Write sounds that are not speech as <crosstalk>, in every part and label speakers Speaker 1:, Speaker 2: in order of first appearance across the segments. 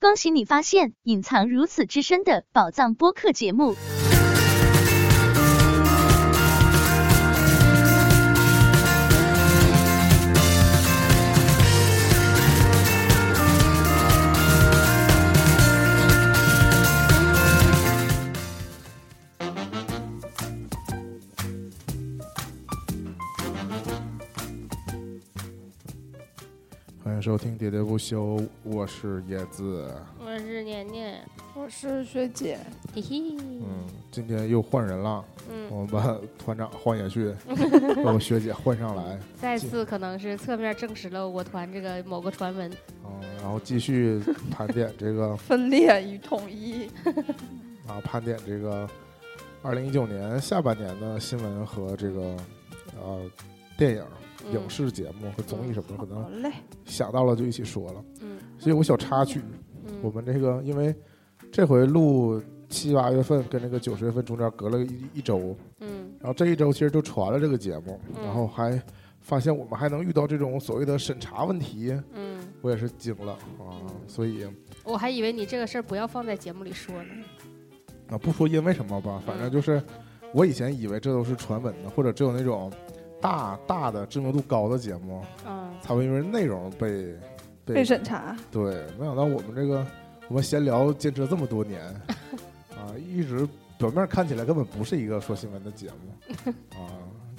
Speaker 1: 恭喜你发现隐藏如此之深的宝藏播客节目。
Speaker 2: 欢迎收听《喋喋不休》，我是叶子。
Speaker 3: 我是年年，
Speaker 4: 我是学姐，
Speaker 3: 嘿嘿，
Speaker 2: 嗯，今天又换人了，
Speaker 3: 嗯，
Speaker 2: 我们把团长换下
Speaker 3: <laughs>
Speaker 2: 去，把我学姐换上来，
Speaker 3: 再次可能是侧面证实了我团这个某个传闻，
Speaker 2: 嗯，然后继续盘点这个 <laughs>
Speaker 4: 分裂与统一，
Speaker 2: 啊，盘点这个二零一九年下半年的新闻和这个呃电影、
Speaker 3: 嗯
Speaker 2: 影视节目和综艺什么的，可
Speaker 4: 好
Speaker 2: 能
Speaker 4: 嘞，
Speaker 2: 想到了就一起说了。
Speaker 3: 嗯
Speaker 2: 所以我小插曲，
Speaker 3: 嗯，
Speaker 2: 我们这个因为这回录七八月份跟这个九十月份中间隔了一一周，
Speaker 3: 嗯
Speaker 2: 然后这一周其实就传了这个节目，
Speaker 3: 嗯
Speaker 2: 然后还发现我们还能遇到这种所谓的审查问题，
Speaker 3: 嗯，
Speaker 2: 我也是惊了啊！所以
Speaker 3: 我还以为你这个事儿不要放在节目里说呢，
Speaker 2: 啊，不说因为什么
Speaker 4: 嗯
Speaker 2: 吧，反正就是我以前以为这都是传闻的，或者只有那种大大的知名度高的节目
Speaker 3: 嗯
Speaker 2: 才会因为内容被
Speaker 4: 被审查，
Speaker 2: 对，没想到我们这个我们闲聊坚持了这么多
Speaker 4: <laughs>
Speaker 2: 年啊，一直表面看起来根本不是一个说新闻的节目啊，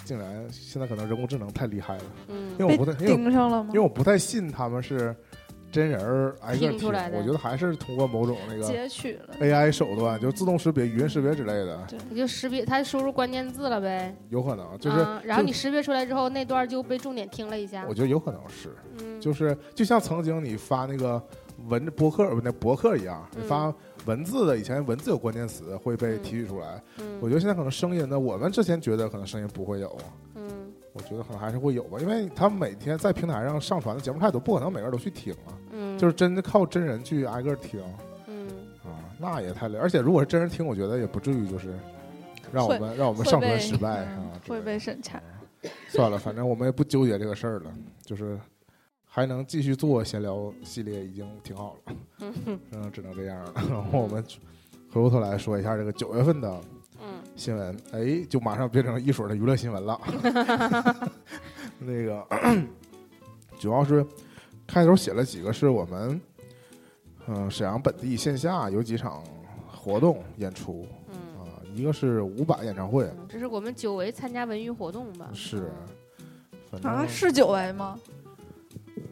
Speaker 2: 竟然现在可能人工智能太厉害了，因为我
Speaker 3: 嗯，
Speaker 4: 被
Speaker 2: 不太因为我
Speaker 4: 盯上了吗
Speaker 2: 因为？我不太信他们是真人儿挨个
Speaker 3: 拼出来的
Speaker 2: 我觉得还是通过某种那个
Speaker 4: 截取了，
Speaker 2: AI 手段，就是自动识别、语音识别之类的，
Speaker 3: 你就识别他输入关键字了呗，
Speaker 2: 有可能就是，
Speaker 3: 啊然后你识别出来之后，那段儿就被重点听了一下
Speaker 2: 我，觉得有可能是，
Speaker 3: 嗯，
Speaker 2: 就是就像曾经你发那个文博客不那博客一样，你发文字的以前文字有关键词会被
Speaker 3: 嗯
Speaker 2: 提取出来，
Speaker 3: 嗯
Speaker 2: 我觉得现在可能声音呢，我们之前觉得可能声音不会有。
Speaker 3: 嗯
Speaker 2: 我觉得可能还是会有吧，因为他每天在平台上上传的节目太多，不可能每个人都去听啊，
Speaker 3: 嗯，
Speaker 2: 就是真的靠真人去挨个听。
Speaker 3: 嗯
Speaker 2: 啊，那也太累，而且如果是真人听，我觉得也不至于就是让我
Speaker 4: 会
Speaker 2: 们让我们
Speaker 4: 会
Speaker 2: 上传
Speaker 4: 被
Speaker 2: 失败
Speaker 4: 嗯
Speaker 2: 啊，
Speaker 4: 会被审查，
Speaker 2: 算了，反正我们也不纠结这个事儿了，就是还能继续做闲聊系列已经挺好了，
Speaker 3: 嗯
Speaker 2: 嗯，只能这样了。 <laughs> 然后我们回过头来说一下这个九月份的
Speaker 3: 嗯，
Speaker 2: 新闻，哎，就马上变成一水儿的娱乐新闻
Speaker 3: <laughs>
Speaker 2: 了。那个主要是开头写了几个是我们嗯、呃沈阳本地线下有几场活动演出
Speaker 3: 嗯
Speaker 2: 啊、一个是伍佰演唱会，
Speaker 3: 嗯，这是我们久违参加文娱活动吧？
Speaker 2: 是，反正、
Speaker 4: 啊，是久违吗？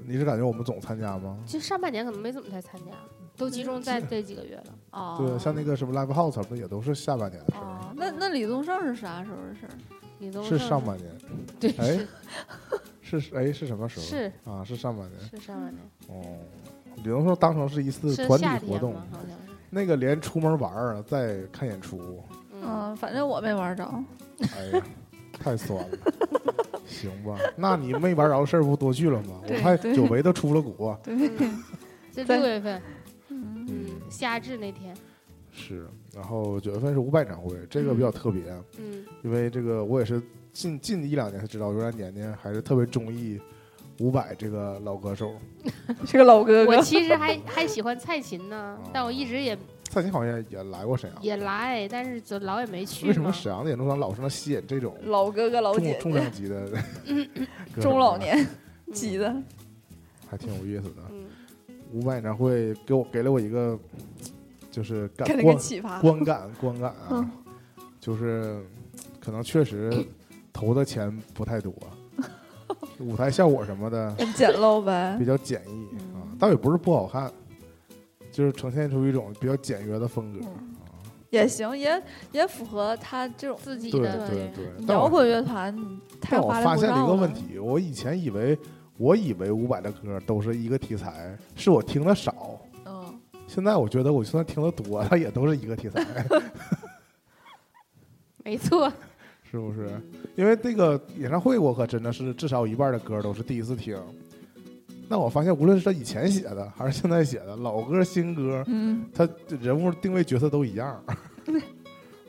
Speaker 2: 你是感觉我们总参加吗？
Speaker 3: 就上半年可能没怎么太参加，都集中在这几个月了。
Speaker 4: 哦，
Speaker 2: 嗯对，像那个什么 Live House 什么的也都是下半年的事儿，
Speaker 4: 哦，那那李宗盛是啥时候的事儿？
Speaker 3: 李宗
Speaker 2: 是
Speaker 3: 盛
Speaker 2: 上半年，
Speaker 3: <laughs> 对
Speaker 2: 哎，是哎是什么时候？
Speaker 3: 是
Speaker 2: 啊，是上半年。
Speaker 3: 是上半年，
Speaker 2: 哦，比如说当成是一次
Speaker 3: 是
Speaker 2: 嗯团
Speaker 3: 夏
Speaker 2: 体活
Speaker 3: 天
Speaker 2: 动，
Speaker 3: 嘛，好像是。
Speaker 2: 那个连出门玩儿啊再看演出，
Speaker 3: 嗯，
Speaker 4: 嗯，反正我没玩着，
Speaker 2: 哎呀，太酸了。行吧，那你没玩着的事儿不多去了吗？我
Speaker 4: 对
Speaker 2: 还
Speaker 4: 对
Speaker 2: 久违的出了啊国。
Speaker 4: 对，
Speaker 3: 嗯就
Speaker 4: 在
Speaker 3: 六月份，
Speaker 4: 嗯，
Speaker 3: 嗯，夏至那天，
Speaker 2: 是，然后九月份是五百场会，这个比较特别， <laughs>
Speaker 3: 嗯
Speaker 2: 因为这个我也是近近一两年才知道，原来年年还是特别中意伍佰这个老歌手。
Speaker 4: 嗯是个老哥
Speaker 3: 我
Speaker 4: 哥，
Speaker 3: 其实还还喜欢蔡琴呢，
Speaker 2: 哦
Speaker 3: 但我一直也
Speaker 2: 蔡琴好像也来过沈阳，
Speaker 3: 也来，但是就老也没去
Speaker 2: 为什么
Speaker 3: 嘛。
Speaker 2: 沈阳的演出场老是能吸引这种
Speaker 4: 老哥哥老姐
Speaker 2: 重重
Speaker 4: 姐，
Speaker 2: 量级
Speaker 4: <laughs>
Speaker 2: 的歌手
Speaker 4: 中老
Speaker 2: 呢？
Speaker 4: 年
Speaker 3: 嗯
Speaker 4: 级的，
Speaker 2: 还挺有意思的。
Speaker 3: 嗯
Speaker 2: 伍佰演唱会给我给了我一个，就是感
Speaker 4: 给了个
Speaker 2: 观
Speaker 4: 启发，
Speaker 2: 观感观感啊
Speaker 4: 嗯，
Speaker 2: <laughs> 就是可能确实投的钱不太多，舞台效果什么的
Speaker 4: 很简陋呗
Speaker 2: 比，较简易啊
Speaker 4: 嗯，
Speaker 2: 倒也不是不好看，就是呈现出一种比较简约的风格。
Speaker 4: 嗯也行，也也符合他这种
Speaker 3: 自己
Speaker 2: 对
Speaker 3: 的
Speaker 2: 对对，但
Speaker 4: 摇
Speaker 2: 我
Speaker 4: 滚乐团，你太
Speaker 2: 但我
Speaker 4: 花里
Speaker 2: 发
Speaker 4: 胡
Speaker 2: 现了一
Speaker 4: 哨
Speaker 2: 个
Speaker 4: 了
Speaker 2: 问，题，我以前以为我以为伍佰的歌都是一个题材，是我听的少。
Speaker 4: 嗯，
Speaker 2: 现在我觉得我就算听的多，它也都是一个题材。<laughs>
Speaker 3: 没错，
Speaker 2: 是不
Speaker 4: 嗯
Speaker 2: 是？因为这个演唱会，我可真的是至少有一半的歌都是第一次听。那我发现，无论是他以前写的还是现在写的，老歌新歌，
Speaker 4: 嗯，
Speaker 2: 他人物定位角色都一样。 <laughs>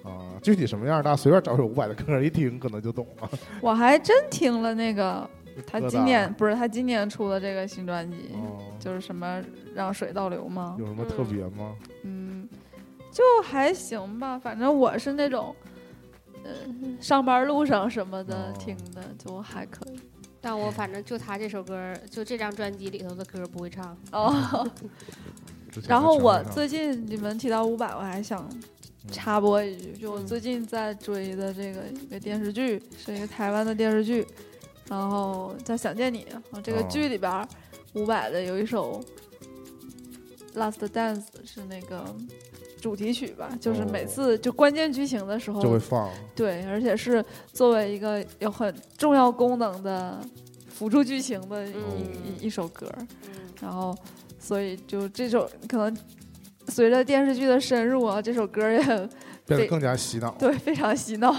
Speaker 2: 啊，具体什么样，大家随便找首伍佰的歌一听，可能就懂了。
Speaker 4: 我还真听了那个他嗯
Speaker 2: 疙瘩
Speaker 4: 今年不是他今年出的这个新专辑，
Speaker 2: 哦，
Speaker 4: 就是什么让水倒流吗？
Speaker 2: 有什么特别吗？
Speaker 4: 嗯，就还行吧，反正我是那种，呃，上班路上什么的
Speaker 2: 哦
Speaker 4: 听的就还可
Speaker 2: <laughs>
Speaker 4: 以。
Speaker 3: 但我反正就他这首歌儿，就这张专辑里头的歌儿不会唱。
Speaker 4: 哦，
Speaker 2: 之前的
Speaker 4: 然后
Speaker 2: 全
Speaker 4: 我
Speaker 2: 都上
Speaker 4: 最近你们提到伍佰，我还想
Speaker 2: 嗯
Speaker 4: 插播一句，就我
Speaker 3: 嗯
Speaker 4: 最近在追的这个一个电视剧，是一个台湾的电视剧，然后叫《想见你》。啊这个
Speaker 2: 哦
Speaker 4: 剧里边儿，伍佰的有一首《Last Dance》是那个主题曲吧，就是每
Speaker 2: 哦
Speaker 4: 次就关键剧情的时候
Speaker 2: 就会放
Speaker 4: 对，而且是作为一个有很重要功能的辅助剧情的一、
Speaker 2: 哦
Speaker 3: 嗯
Speaker 4: 一一首歌儿，
Speaker 3: 嗯，
Speaker 4: 然后所以就这首可能随着电视剧的深入啊，这首歌儿也
Speaker 2: 变得
Speaker 4: 对
Speaker 2: 更加洗脑。
Speaker 4: 对非常洗脑。 <laughs>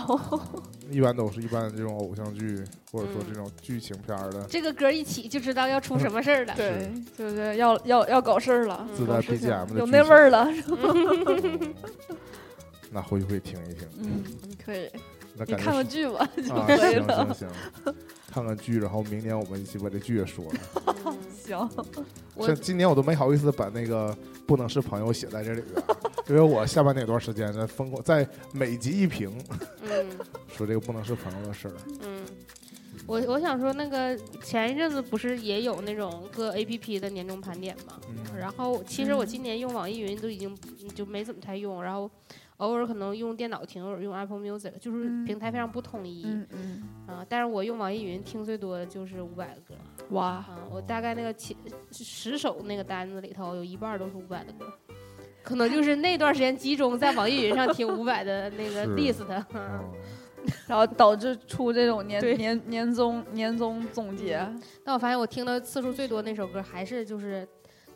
Speaker 2: 一般都是一般的这种偶像剧或者说
Speaker 3: 嗯
Speaker 2: 这种剧情片儿
Speaker 4: <laughs>
Speaker 2: 的
Speaker 3: 这个歌儿一起就知道要出什么事儿了。
Speaker 4: 对，就是要要要搞事儿了，
Speaker 2: 自
Speaker 3: 嗯
Speaker 2: 带
Speaker 4: 搞事情
Speaker 2: BGM 的
Speaker 4: 有
Speaker 2: 剧
Speaker 4: 那
Speaker 2: 情
Speaker 4: 味儿
Speaker 2: <laughs>
Speaker 4: 了。
Speaker 2: 嗯那回去会听一听，
Speaker 4: 嗯，可以，
Speaker 2: 那
Speaker 4: 你
Speaker 2: 感觉
Speaker 4: 看个
Speaker 2: 是
Speaker 4: 剧吧就
Speaker 3: <laughs>
Speaker 2: 啊，
Speaker 4: 可以
Speaker 2: 行
Speaker 4: 了。
Speaker 2: 行行，看看剧，然后明年我们一起把这剧也说了。
Speaker 3: 嗯
Speaker 2: <laughs>
Speaker 4: 行，
Speaker 3: 我
Speaker 2: 像今年我都没好意思把那个不能是朋友写在这里边
Speaker 3: <laughs>
Speaker 2: 儿，因为我下半那段时间在疯狂在每集一评
Speaker 3: 嗯
Speaker 2: 说这个不能是朋友的事儿。
Speaker 3: 嗯，我我想说那个前一阵子不是也有那种各 A P P 的年终盘点吗？
Speaker 2: 嗯
Speaker 3: 然后其实我
Speaker 4: 嗯
Speaker 3: 今年用网易云都已经嗯就没怎么太用，然后偶尔可能用电脑听，偶尔用 Apple Music，就是
Speaker 4: 嗯
Speaker 3: 平台非常不统一
Speaker 4: 嗯嗯，
Speaker 3: 啊。但是我用网易云听最多的就是伍佰的歌
Speaker 4: 哇，
Speaker 3: 啊，我大概那个前十首那个单子里头有一半都是伍佰的歌。可能就是那段时间集中在网易云上听伍佰的那个
Speaker 2: 是
Speaker 3: list，
Speaker 2: 嗯，
Speaker 4: 然后导致出这种年
Speaker 3: 对
Speaker 4: 年年终年终总结。
Speaker 3: 但我发现我听的次数最多那首歌还是就是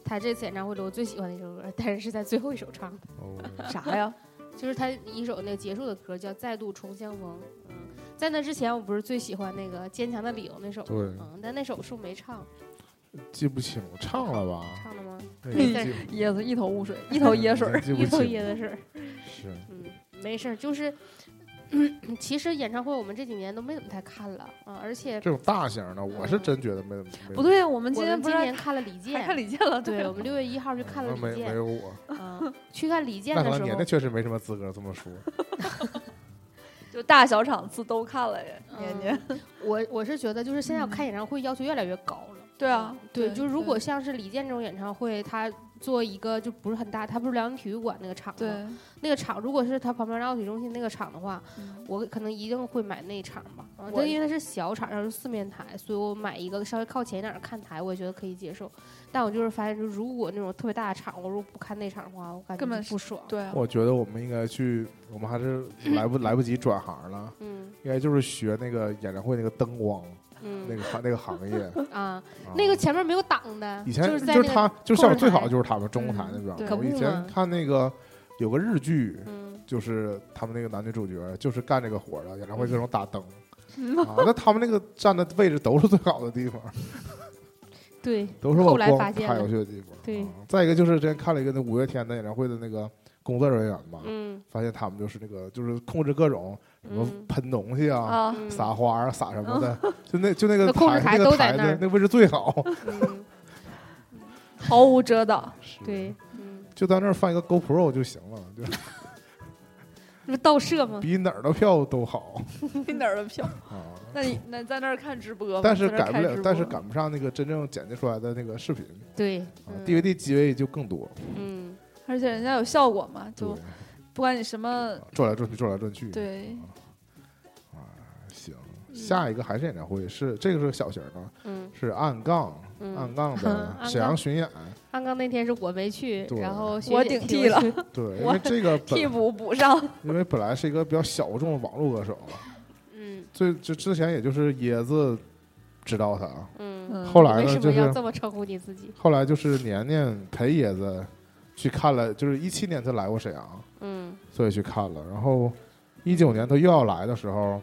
Speaker 3: 他这次演唱会里我最喜欢的一首歌，但是是在最后一首唱的，
Speaker 2: 哦，
Speaker 4: 啥呀？ <laughs>
Speaker 3: 就是他一首那个结束的歌叫《再度重相逢》。嗯，在那之前我不是最喜欢那个《坚强的理由》那首吗，
Speaker 2: 对
Speaker 3: 嗯，但那首是没唱，
Speaker 2: 记不清唱了吧？
Speaker 3: 唱
Speaker 4: <laughs>
Speaker 3: 了吗？
Speaker 2: 那
Speaker 3: 没
Speaker 2: 个
Speaker 3: 事儿
Speaker 2: 记
Speaker 4: 椰子一头雾水，一头
Speaker 2: <laughs>
Speaker 4: 椰水。
Speaker 2: 记不
Speaker 3: 一头
Speaker 2: 清
Speaker 3: 椰子事儿，
Speaker 2: 是
Speaker 3: 嗯，没事儿，就是。 <clears throat> 其实演唱会我们这几年都没怎么太看了啊，而且
Speaker 2: 这种大型的，我是真觉得没怎么没
Speaker 4: 不对呀，我们
Speaker 3: 我
Speaker 4: 今天
Speaker 3: 们
Speaker 4: 不
Speaker 3: 今
Speaker 4: 是还
Speaker 3: 年看了李
Speaker 4: 还看
Speaker 3: 健，
Speaker 4: 李健了？
Speaker 3: 对
Speaker 4: 了
Speaker 3: 我们六月一号去看了
Speaker 2: 那啊没
Speaker 3: 李
Speaker 2: 没
Speaker 3: 健，
Speaker 2: 有我，
Speaker 3: 嗯，去看李健
Speaker 2: 那
Speaker 3: 的
Speaker 2: 可
Speaker 3: 时
Speaker 2: 能
Speaker 3: 候，
Speaker 2: 您那确实没什么资格这么说。
Speaker 4: 就大小场次都看了耶，年年。
Speaker 3: 我我是觉得，就是现在看演唱会要求越来越高了。
Speaker 4: 嗯对啊，
Speaker 3: 对，就如果像是李健这种演唱会，他做一个就不是很大，他不是辽宁体育馆那个场吗？
Speaker 4: 对，
Speaker 3: 那个场如果是他旁边的奥体中心那个场的话，
Speaker 4: 嗯
Speaker 3: 我可能一定会买那场吧。啊，
Speaker 4: 我
Speaker 3: 但因为它是小场，然后是四面台，所以我买一个稍微靠前一点的看台，我也觉得可以接受。但我就是发现，就如果那种特别大的场，我如果不看那场的话，我感觉
Speaker 4: 根本
Speaker 3: 就是不爽。
Speaker 4: 对啊，
Speaker 2: 我觉得我们应该去，我们还是来不来不及转行了，
Speaker 3: 嗯
Speaker 2: 应该就是学那个演唱会那个灯光那
Speaker 3: 嗯
Speaker 2: 个行那个行业。
Speaker 3: 啊，
Speaker 2: 啊
Speaker 3: 那个前面没有挡的，
Speaker 2: 以前
Speaker 3: 就是在
Speaker 2: 就
Speaker 3: 那
Speaker 2: 是
Speaker 3: 个
Speaker 2: 他，就效果
Speaker 3: 控制
Speaker 2: 最好
Speaker 3: 台
Speaker 2: 的就是他们中国台那
Speaker 4: 嗯
Speaker 2: 边
Speaker 4: 对
Speaker 2: 儿。
Speaker 3: 可
Speaker 2: 我
Speaker 3: 不
Speaker 2: 以前
Speaker 3: 嘛
Speaker 2: 看那个有个日剧，
Speaker 3: 嗯
Speaker 2: 就是他们那个男女主角就是干这个活儿的，演唱会
Speaker 3: 嗯
Speaker 2: 各种打灯。啊，那他们那个站的位置都是最好的地方，
Speaker 3: 对，
Speaker 4: 啊
Speaker 2: 都是我
Speaker 3: 后来
Speaker 2: 光
Speaker 3: 发
Speaker 2: 拍
Speaker 3: 现
Speaker 2: 过
Speaker 3: 了
Speaker 2: 去的地方。
Speaker 3: 对
Speaker 2: 啊，再一个就是之前看了一个那五月天的演唱会的那个工作人员嘛，
Speaker 3: 嗯
Speaker 2: 发现他们就是那个就是控制各种什么
Speaker 3: 嗯
Speaker 2: 喷东西啊、
Speaker 4: 啊，
Speaker 3: 嗯哦
Speaker 2: 撒花儿啊、撒什么的， <laughs> 就那就那个
Speaker 3: 那控制
Speaker 2: 那
Speaker 3: 台
Speaker 2: 个
Speaker 3: 都在
Speaker 2: 台
Speaker 3: 那
Speaker 2: 的
Speaker 3: 儿
Speaker 2: 那位置最
Speaker 3: <laughs>
Speaker 2: 好。
Speaker 3: 嗯，
Speaker 4: 毫无遮 <laughs> 挡，
Speaker 2: 是
Speaker 3: 对，嗯，
Speaker 2: 就在那儿放一个 GoPro 就行了，就
Speaker 3: 那不倒射吗？
Speaker 2: 比哪儿的票都
Speaker 3: <laughs>
Speaker 2: 好
Speaker 4: 那哪儿的票？
Speaker 2: 啊。
Speaker 4: <laughs> 那你那在那儿看直播吧？
Speaker 2: 但是
Speaker 4: 在那
Speaker 2: 赶
Speaker 4: 儿
Speaker 2: 不
Speaker 4: 开
Speaker 2: 了
Speaker 4: 直，
Speaker 2: 但是
Speaker 4: 播
Speaker 2: 赶不上那个真正剪辑出来的那个视频
Speaker 3: 对，
Speaker 2: 啊
Speaker 3: 嗯
Speaker 2: ，DVD 机位就更多，
Speaker 3: 嗯
Speaker 4: 而且人家有效果嘛，
Speaker 2: 对
Speaker 4: 就，不管你什么，
Speaker 2: 转来转去，转来转去。
Speaker 4: 对，
Speaker 2: 行，下一个还是演唱会，是这个是小型的，
Speaker 3: 嗯
Speaker 2: 是暗杠，
Speaker 3: 嗯，
Speaker 2: 暗
Speaker 3: <laughs>
Speaker 2: 杠的
Speaker 3: 暗
Speaker 2: 沈
Speaker 3: 杠
Speaker 2: 阳巡
Speaker 3: <laughs>
Speaker 2: 演，
Speaker 3: 安刚那天是我没去，
Speaker 2: 对
Speaker 3: 然后学
Speaker 4: 我
Speaker 3: 姐
Speaker 4: 顶
Speaker 3: 替
Speaker 4: 替了
Speaker 3: 去，
Speaker 2: 对，因
Speaker 4: 我
Speaker 2: 为这个
Speaker 4: 替
Speaker 2: 本
Speaker 4: 补补上，
Speaker 2: <laughs> 因为本来是一个比较小众的网络歌手，
Speaker 3: <laughs> 嗯
Speaker 2: 最就之前也就是椰子知道他，啊
Speaker 3: 嗯。
Speaker 2: 后来
Speaker 3: 为
Speaker 2: 呢
Speaker 3: 什
Speaker 2: 就
Speaker 3: 么要
Speaker 2: 是
Speaker 3: 这么称呼你自己？
Speaker 2: 后来就是年年陪椰子去看了，就是一七年他来过沈阳，
Speaker 3: 嗯，
Speaker 2: 所以去看了。然后一九年他又要来的时候，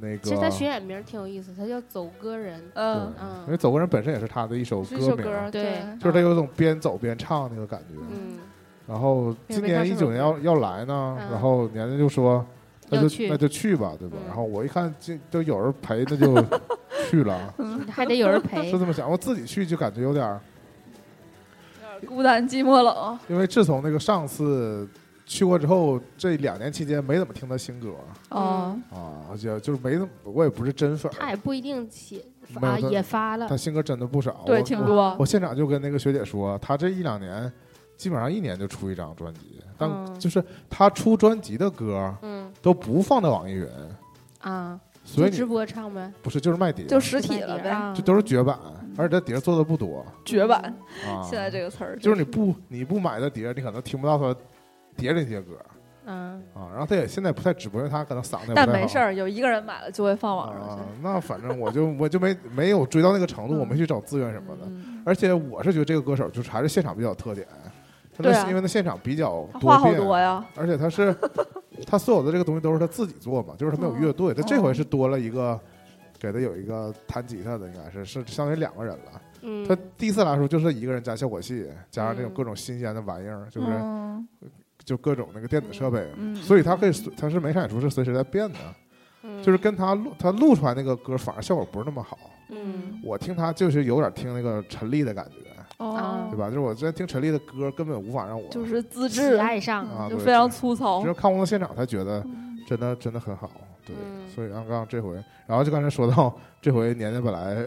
Speaker 2: 那个
Speaker 3: 其实他巡演名挺有意思，他叫走歌人。
Speaker 4: 嗯，
Speaker 2: 对
Speaker 3: 嗯
Speaker 2: 因为走个人本身也是他的一首
Speaker 4: 是一首
Speaker 2: 歌名，
Speaker 4: 歌，
Speaker 3: 对，
Speaker 2: 就是他有一种边走边唱那个感觉。
Speaker 3: 嗯，
Speaker 2: 然后今年
Speaker 3: 为什
Speaker 2: 一
Speaker 3: 么唱这首
Speaker 2: 九
Speaker 3: 歌
Speaker 2: 年要要来呢，
Speaker 3: 嗯
Speaker 2: 然后年年就说那
Speaker 3: 要
Speaker 2: 就
Speaker 3: 去
Speaker 2: 那就去吧，对吧？
Speaker 3: 嗯
Speaker 2: 然后我一看这都有人陪，那就去
Speaker 3: <laughs>
Speaker 2: 了，
Speaker 3: 还得有人
Speaker 2: 是 <laughs>
Speaker 3: 陪。
Speaker 2: 这么想。我自己去就感觉有点儿，
Speaker 4: 孤单寂寞冷，
Speaker 2: 因为自从那个上次去过之后，这两年期间没怎么听他新歌
Speaker 4: 哦，
Speaker 2: 啊，而且就是没怎么，我也不是真粉儿，
Speaker 3: 他也不一定写
Speaker 2: 没有
Speaker 3: 啊，
Speaker 2: 他
Speaker 3: 也发了
Speaker 2: 他，新歌真的不少，
Speaker 4: 对，
Speaker 2: 我
Speaker 4: 挺
Speaker 2: 我
Speaker 4: 多
Speaker 2: 哦我现场就跟那个学姐说，她这一两年基本上一年就出一张专辑，但
Speaker 3: 嗯
Speaker 2: 就是她出专辑的歌
Speaker 3: 嗯
Speaker 2: 都不放在网易云，
Speaker 3: 啊，
Speaker 2: 所
Speaker 3: 就
Speaker 2: 以
Speaker 3: 直
Speaker 2: 你
Speaker 3: 播唱呗，
Speaker 2: 不是就是卖碟，
Speaker 4: 就实体了
Speaker 3: 就卖碟
Speaker 4: 呗，
Speaker 3: 啊
Speaker 2: 这都是绝版，而且这碟做的不多
Speaker 4: 绝版。
Speaker 2: 啊。
Speaker 4: 现在这个词儿
Speaker 2: 就是你不你不买的碟，你可能听不到她碟里那些歌
Speaker 3: 嗯，
Speaker 2: 啊。然后她也现在不太直播，因为她可能嗓子也不太
Speaker 4: 但
Speaker 2: 好。
Speaker 4: 没事儿，有一个人买了就会放网上
Speaker 2: 啊
Speaker 4: 去。，
Speaker 2: 那反正我就我就没没有追到那个程度，
Speaker 4: 嗯
Speaker 2: 我没去找资源什么的。
Speaker 3: 嗯
Speaker 2: 而且我是觉得这个歌手就是还是现场比较有特点，他
Speaker 4: 对
Speaker 2: 的、
Speaker 4: 啊
Speaker 2: 因为他现场比较
Speaker 4: 他话
Speaker 2: 多
Speaker 4: 好
Speaker 2: 变，
Speaker 4: 多呀，
Speaker 2: 而且他
Speaker 4: <laughs>
Speaker 2: 是他所有的这个东西都是他自己做嘛，就是他没
Speaker 4: 嗯
Speaker 2: 有乐队，他这回是多了一个。给他有一个弹吉他的，应该是是相当于两个人了。
Speaker 3: 嗯
Speaker 2: 他第一次来的时候就是一个人加效果器，加上这种
Speaker 3: 嗯
Speaker 2: 各种新鲜的玩意儿，就是
Speaker 4: 嗯
Speaker 2: 就各种那个电子设备，
Speaker 4: 嗯，
Speaker 2: 所以他可以随他是每场演出是随时在变的，
Speaker 3: 嗯
Speaker 2: 就是跟他录他录出来那个歌反而效果不是那么好。
Speaker 3: 嗯
Speaker 2: 我听他就是有点听那个陈粒的感觉，
Speaker 4: 哦
Speaker 2: 对，吧？就是我之前听陈粒的歌，根本无法让我
Speaker 4: 就是资
Speaker 3: 喜
Speaker 4: 质，
Speaker 3: 爱上
Speaker 2: 啊
Speaker 4: 嗯就
Speaker 2: 对
Speaker 4: 非常粗糙
Speaker 2: 只。有看过他现场才觉得
Speaker 4: 嗯
Speaker 2: 真的真的很好。对，
Speaker 3: 嗯
Speaker 2: 所以安刚这回，然后就刚才说到这回年年本来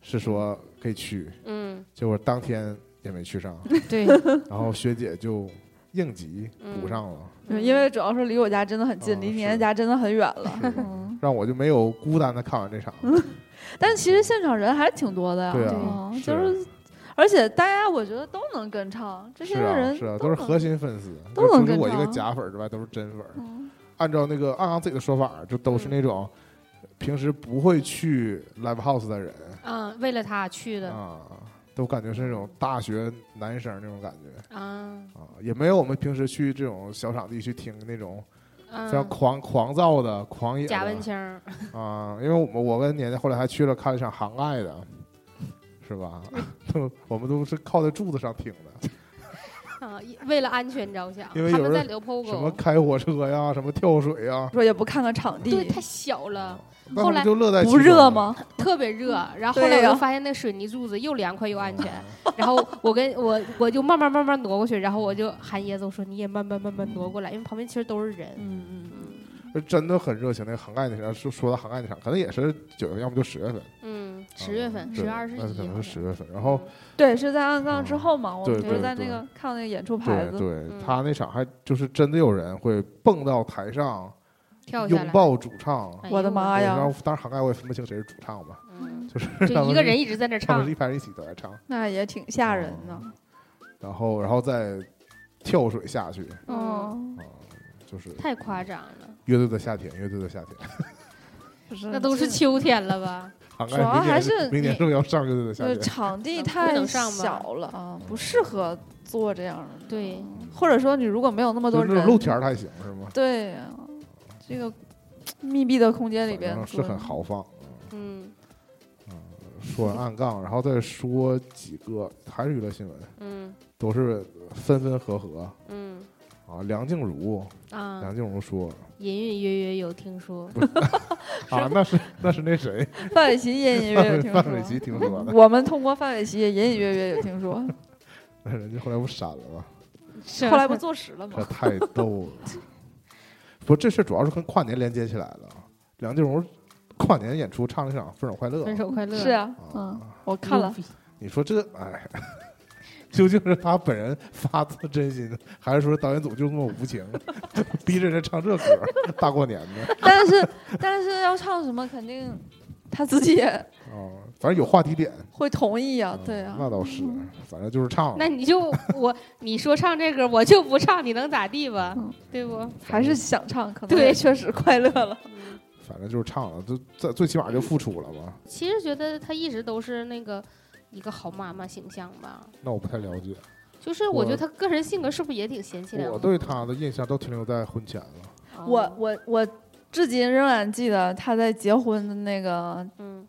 Speaker 2: 是说可以去，
Speaker 3: 嗯，
Speaker 2: 结果当天也没去
Speaker 4: <laughs>
Speaker 2: 上，
Speaker 3: 对，
Speaker 2: 然后学姐就应急
Speaker 3: 嗯
Speaker 2: 补上了，
Speaker 4: 嗯因为主要是离我家真的很近，
Speaker 2: 啊
Speaker 4: 离
Speaker 2: 是
Speaker 4: 年家真的很远了。
Speaker 2: 是吧
Speaker 4: 嗯，
Speaker 2: 让我就没有孤单的看完这场。
Speaker 4: 但其实现场人还是挺多的呀。
Speaker 2: 对啊
Speaker 4: 嗯
Speaker 2: 是
Speaker 4: 就是，而且大家我觉得都能跟唱，这些
Speaker 2: 是啊，
Speaker 4: 人
Speaker 2: 是啊，
Speaker 4: 都
Speaker 2: 都是
Speaker 4: 能
Speaker 2: 核心粉丝，
Speaker 4: 都
Speaker 2: 就
Speaker 4: 能
Speaker 2: 除了
Speaker 4: 跟
Speaker 2: 我一个
Speaker 4: 上
Speaker 2: 假粉儿之外都是真粉儿。
Speaker 4: 嗯
Speaker 2: 按照那个安刚自己的说法，就都是
Speaker 3: 嗯
Speaker 2: 那种平时不会去 live house 的人。
Speaker 3: 嗯，为了他去的
Speaker 2: 啊，都感觉是那种大学男生那种感觉
Speaker 3: 啊，
Speaker 2: 啊，也没有我们平时去这种小场地去听那种非常
Speaker 3: 嗯，
Speaker 2: 狂、狂躁的、狂野的
Speaker 3: 贾文清儿 <laughs>
Speaker 2: 啊，因为我们我跟年年后来还去了看了一场杭爱的，是吧？ <laughs> 都我们都是靠在柱子上听的，
Speaker 3: 啊，为了安全着想，
Speaker 2: 因为
Speaker 3: 他
Speaker 2: 有
Speaker 3: 们
Speaker 2: 人
Speaker 3: 在留
Speaker 2: 什么
Speaker 3: POGO，
Speaker 2: 开火车呀，什么跳水呀，
Speaker 4: 说也不看看场
Speaker 3: 对，
Speaker 4: 地，
Speaker 3: 太小了，
Speaker 2: 哦那
Speaker 3: 后
Speaker 2: 我们
Speaker 3: 来
Speaker 2: 就乐在
Speaker 4: 不
Speaker 2: 其中
Speaker 4: 热吗？
Speaker 3: 特别热。然后后
Speaker 4: 对
Speaker 3: 来我
Speaker 4: 呀
Speaker 3: 就发现那水泥柱子又凉快又
Speaker 2: 啊？
Speaker 3: 安全， <laughs> 然后我跟我我就慢慢慢慢挪过去，然后我就喊椰子我说你也慢慢慢慢挪过来，因为旁边其实都是人。
Speaker 4: 嗯嗯
Speaker 2: 真的很热情。那个杭爱那场说说到杭爱那场，可能也是九月，要么就十月份，
Speaker 3: 嗯，
Speaker 2: 啊
Speaker 3: 十月份，
Speaker 2: 对
Speaker 3: 十月二十一
Speaker 2: 那可能
Speaker 3: 号
Speaker 2: 是十月份。然
Speaker 3: 嗯
Speaker 2: 后
Speaker 4: 对，是在安杠之后嘛，我
Speaker 2: 嗯对
Speaker 4: 们不是
Speaker 2: 对
Speaker 4: 在那
Speaker 2: 对
Speaker 4: 个看那个演出牌
Speaker 2: 对
Speaker 4: 子，
Speaker 2: 对
Speaker 3: 嗯，
Speaker 2: 他那场还就是真的有人会蹦到台上
Speaker 3: 跳下来，
Speaker 2: 拥抱主唱。
Speaker 3: 哎呦
Speaker 4: 我的妈呀
Speaker 2: 然后当然涵盖我也分不清谁是主唱吧， <laughs>
Speaker 3: 嗯
Speaker 2: 就是他
Speaker 3: 就
Speaker 2: 们
Speaker 3: 一个人一直在那
Speaker 2: 他们
Speaker 3: 唱
Speaker 2: 是一，排人一起都在 <laughs> 唱，
Speaker 4: 那也挺吓人的。
Speaker 2: 然后然后再跳水下去啊、
Speaker 3: 嗯，
Speaker 4: 嗯，
Speaker 2: 就是
Speaker 3: 太夸张了，
Speaker 2: 乐队的夏天，乐队的夏天，
Speaker 4: 就是
Speaker 3: 那嗯都是秋天了吧？
Speaker 2: 涵盖
Speaker 4: 主要
Speaker 2: 明
Speaker 4: 还
Speaker 2: 年
Speaker 4: 是
Speaker 2: 明年
Speaker 4: 你
Speaker 2: 是不是要上乐队的夏
Speaker 4: 就是
Speaker 2: 天？
Speaker 4: 场地
Speaker 3: 能
Speaker 4: 太
Speaker 3: 能上吧
Speaker 4: 小了啊，不适合做这样的。
Speaker 3: 对，
Speaker 4: 或者说你如果没有那么多
Speaker 2: 就那种露
Speaker 4: 人，
Speaker 2: 天儿还行是吗？
Speaker 4: 对呀，这个密闭的空间里边
Speaker 2: 反正是
Speaker 4: 做
Speaker 2: 很豪放。
Speaker 3: 嗯
Speaker 2: 说完暗杠，然后再说几个还是娱乐新闻，
Speaker 3: 嗯
Speaker 2: 都是分分合合
Speaker 3: 嗯
Speaker 2: 啊。梁静茹，
Speaker 3: 啊，
Speaker 2: 梁静茹说
Speaker 3: 隐隐约约有听说，
Speaker 2: 啊，那是那是那谁，
Speaker 4: 范玮琪隐隐约约有听
Speaker 2: 范玮
Speaker 4: 说 <laughs>
Speaker 2: 琪，听说的，
Speaker 4: 我们通过范玮琪也隐隐约约有听说，
Speaker 2: 那人家后来不删了吗？
Speaker 3: 啊
Speaker 4: 后来不
Speaker 3: <laughs>
Speaker 4: 坐实了
Speaker 2: 这
Speaker 4: 吗？
Speaker 2: 太逗了。不，这事主要是跟跨年连接起来了。梁静茹跨年演出唱了一场《分手快乐》，
Speaker 3: 分手快乐
Speaker 4: 是啊，嗯，
Speaker 2: 啊，
Speaker 4: 我看
Speaker 2: <laughs>
Speaker 4: 了，
Speaker 2: 你说这哎， <laughs> 究竟是他本人发自真心，还是说导演组就那么无情， <laughs> 逼着人唱这歌？大过年的
Speaker 4: 但是但是要唱什么，肯定他自己也
Speaker 2: 啊，反正有话题点。
Speaker 4: 会同意呀、
Speaker 2: 啊
Speaker 4: 对呀、
Speaker 2: 那倒是，反正就是唱了
Speaker 3: 那。你就我你说唱这歌，我就不唱，你能咋地吧
Speaker 4: 嗯？
Speaker 3: 对不？
Speaker 4: 还是想唱，可能
Speaker 3: 对
Speaker 4: 也确实快乐了。
Speaker 3: 嗯
Speaker 2: 反正就是唱了，就最最起码就付出了嘛。
Speaker 3: 其实觉得她一直都是那个一个好妈妈形象吧，
Speaker 2: 那我不太了解，
Speaker 3: 就是我觉得她个人性格是不是也挺贤妻良母？
Speaker 2: 我对他的印象都停留在婚前了。
Speaker 3: 哦
Speaker 4: 我我我至今仍然记得他在结婚的那个
Speaker 3: 嗯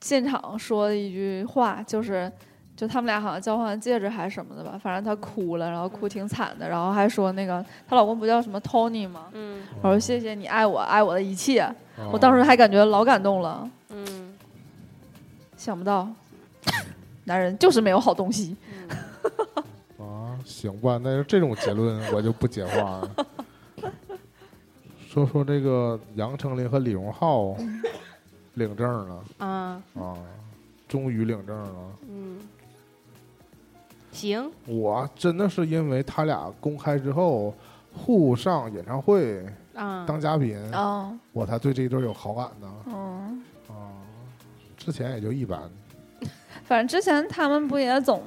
Speaker 4: 现场说的一句话，就是就他们俩好像交换戒指还是什么的吧，反正她哭了，然后哭挺惨的，然后还说那个她老公不叫什么 Tony 吗？
Speaker 3: 嗯
Speaker 4: 我说谢谢你爱我，爱我的一切，
Speaker 2: 哦
Speaker 4: 我当时还感觉老感动了，
Speaker 3: 嗯
Speaker 4: 想不到男人就是没有好东西。
Speaker 3: 嗯，
Speaker 2: 啊，行吧，那这种结论我就不接话了。 <laughs> 说说这个杨丞琳和李荣浩领证了
Speaker 3: 啊，
Speaker 2: 啊，终于领证了。
Speaker 3: 嗯，行，
Speaker 2: 我真的是因为他俩公开之后互上演唱会
Speaker 3: 啊，
Speaker 2: 当嘉宾，
Speaker 3: 哦
Speaker 4: 啊，
Speaker 2: 我才对这一对儿有好感呢。
Speaker 4: 嗯，
Speaker 2: 啊，之前也就一般。
Speaker 4: 反正之前他们不也总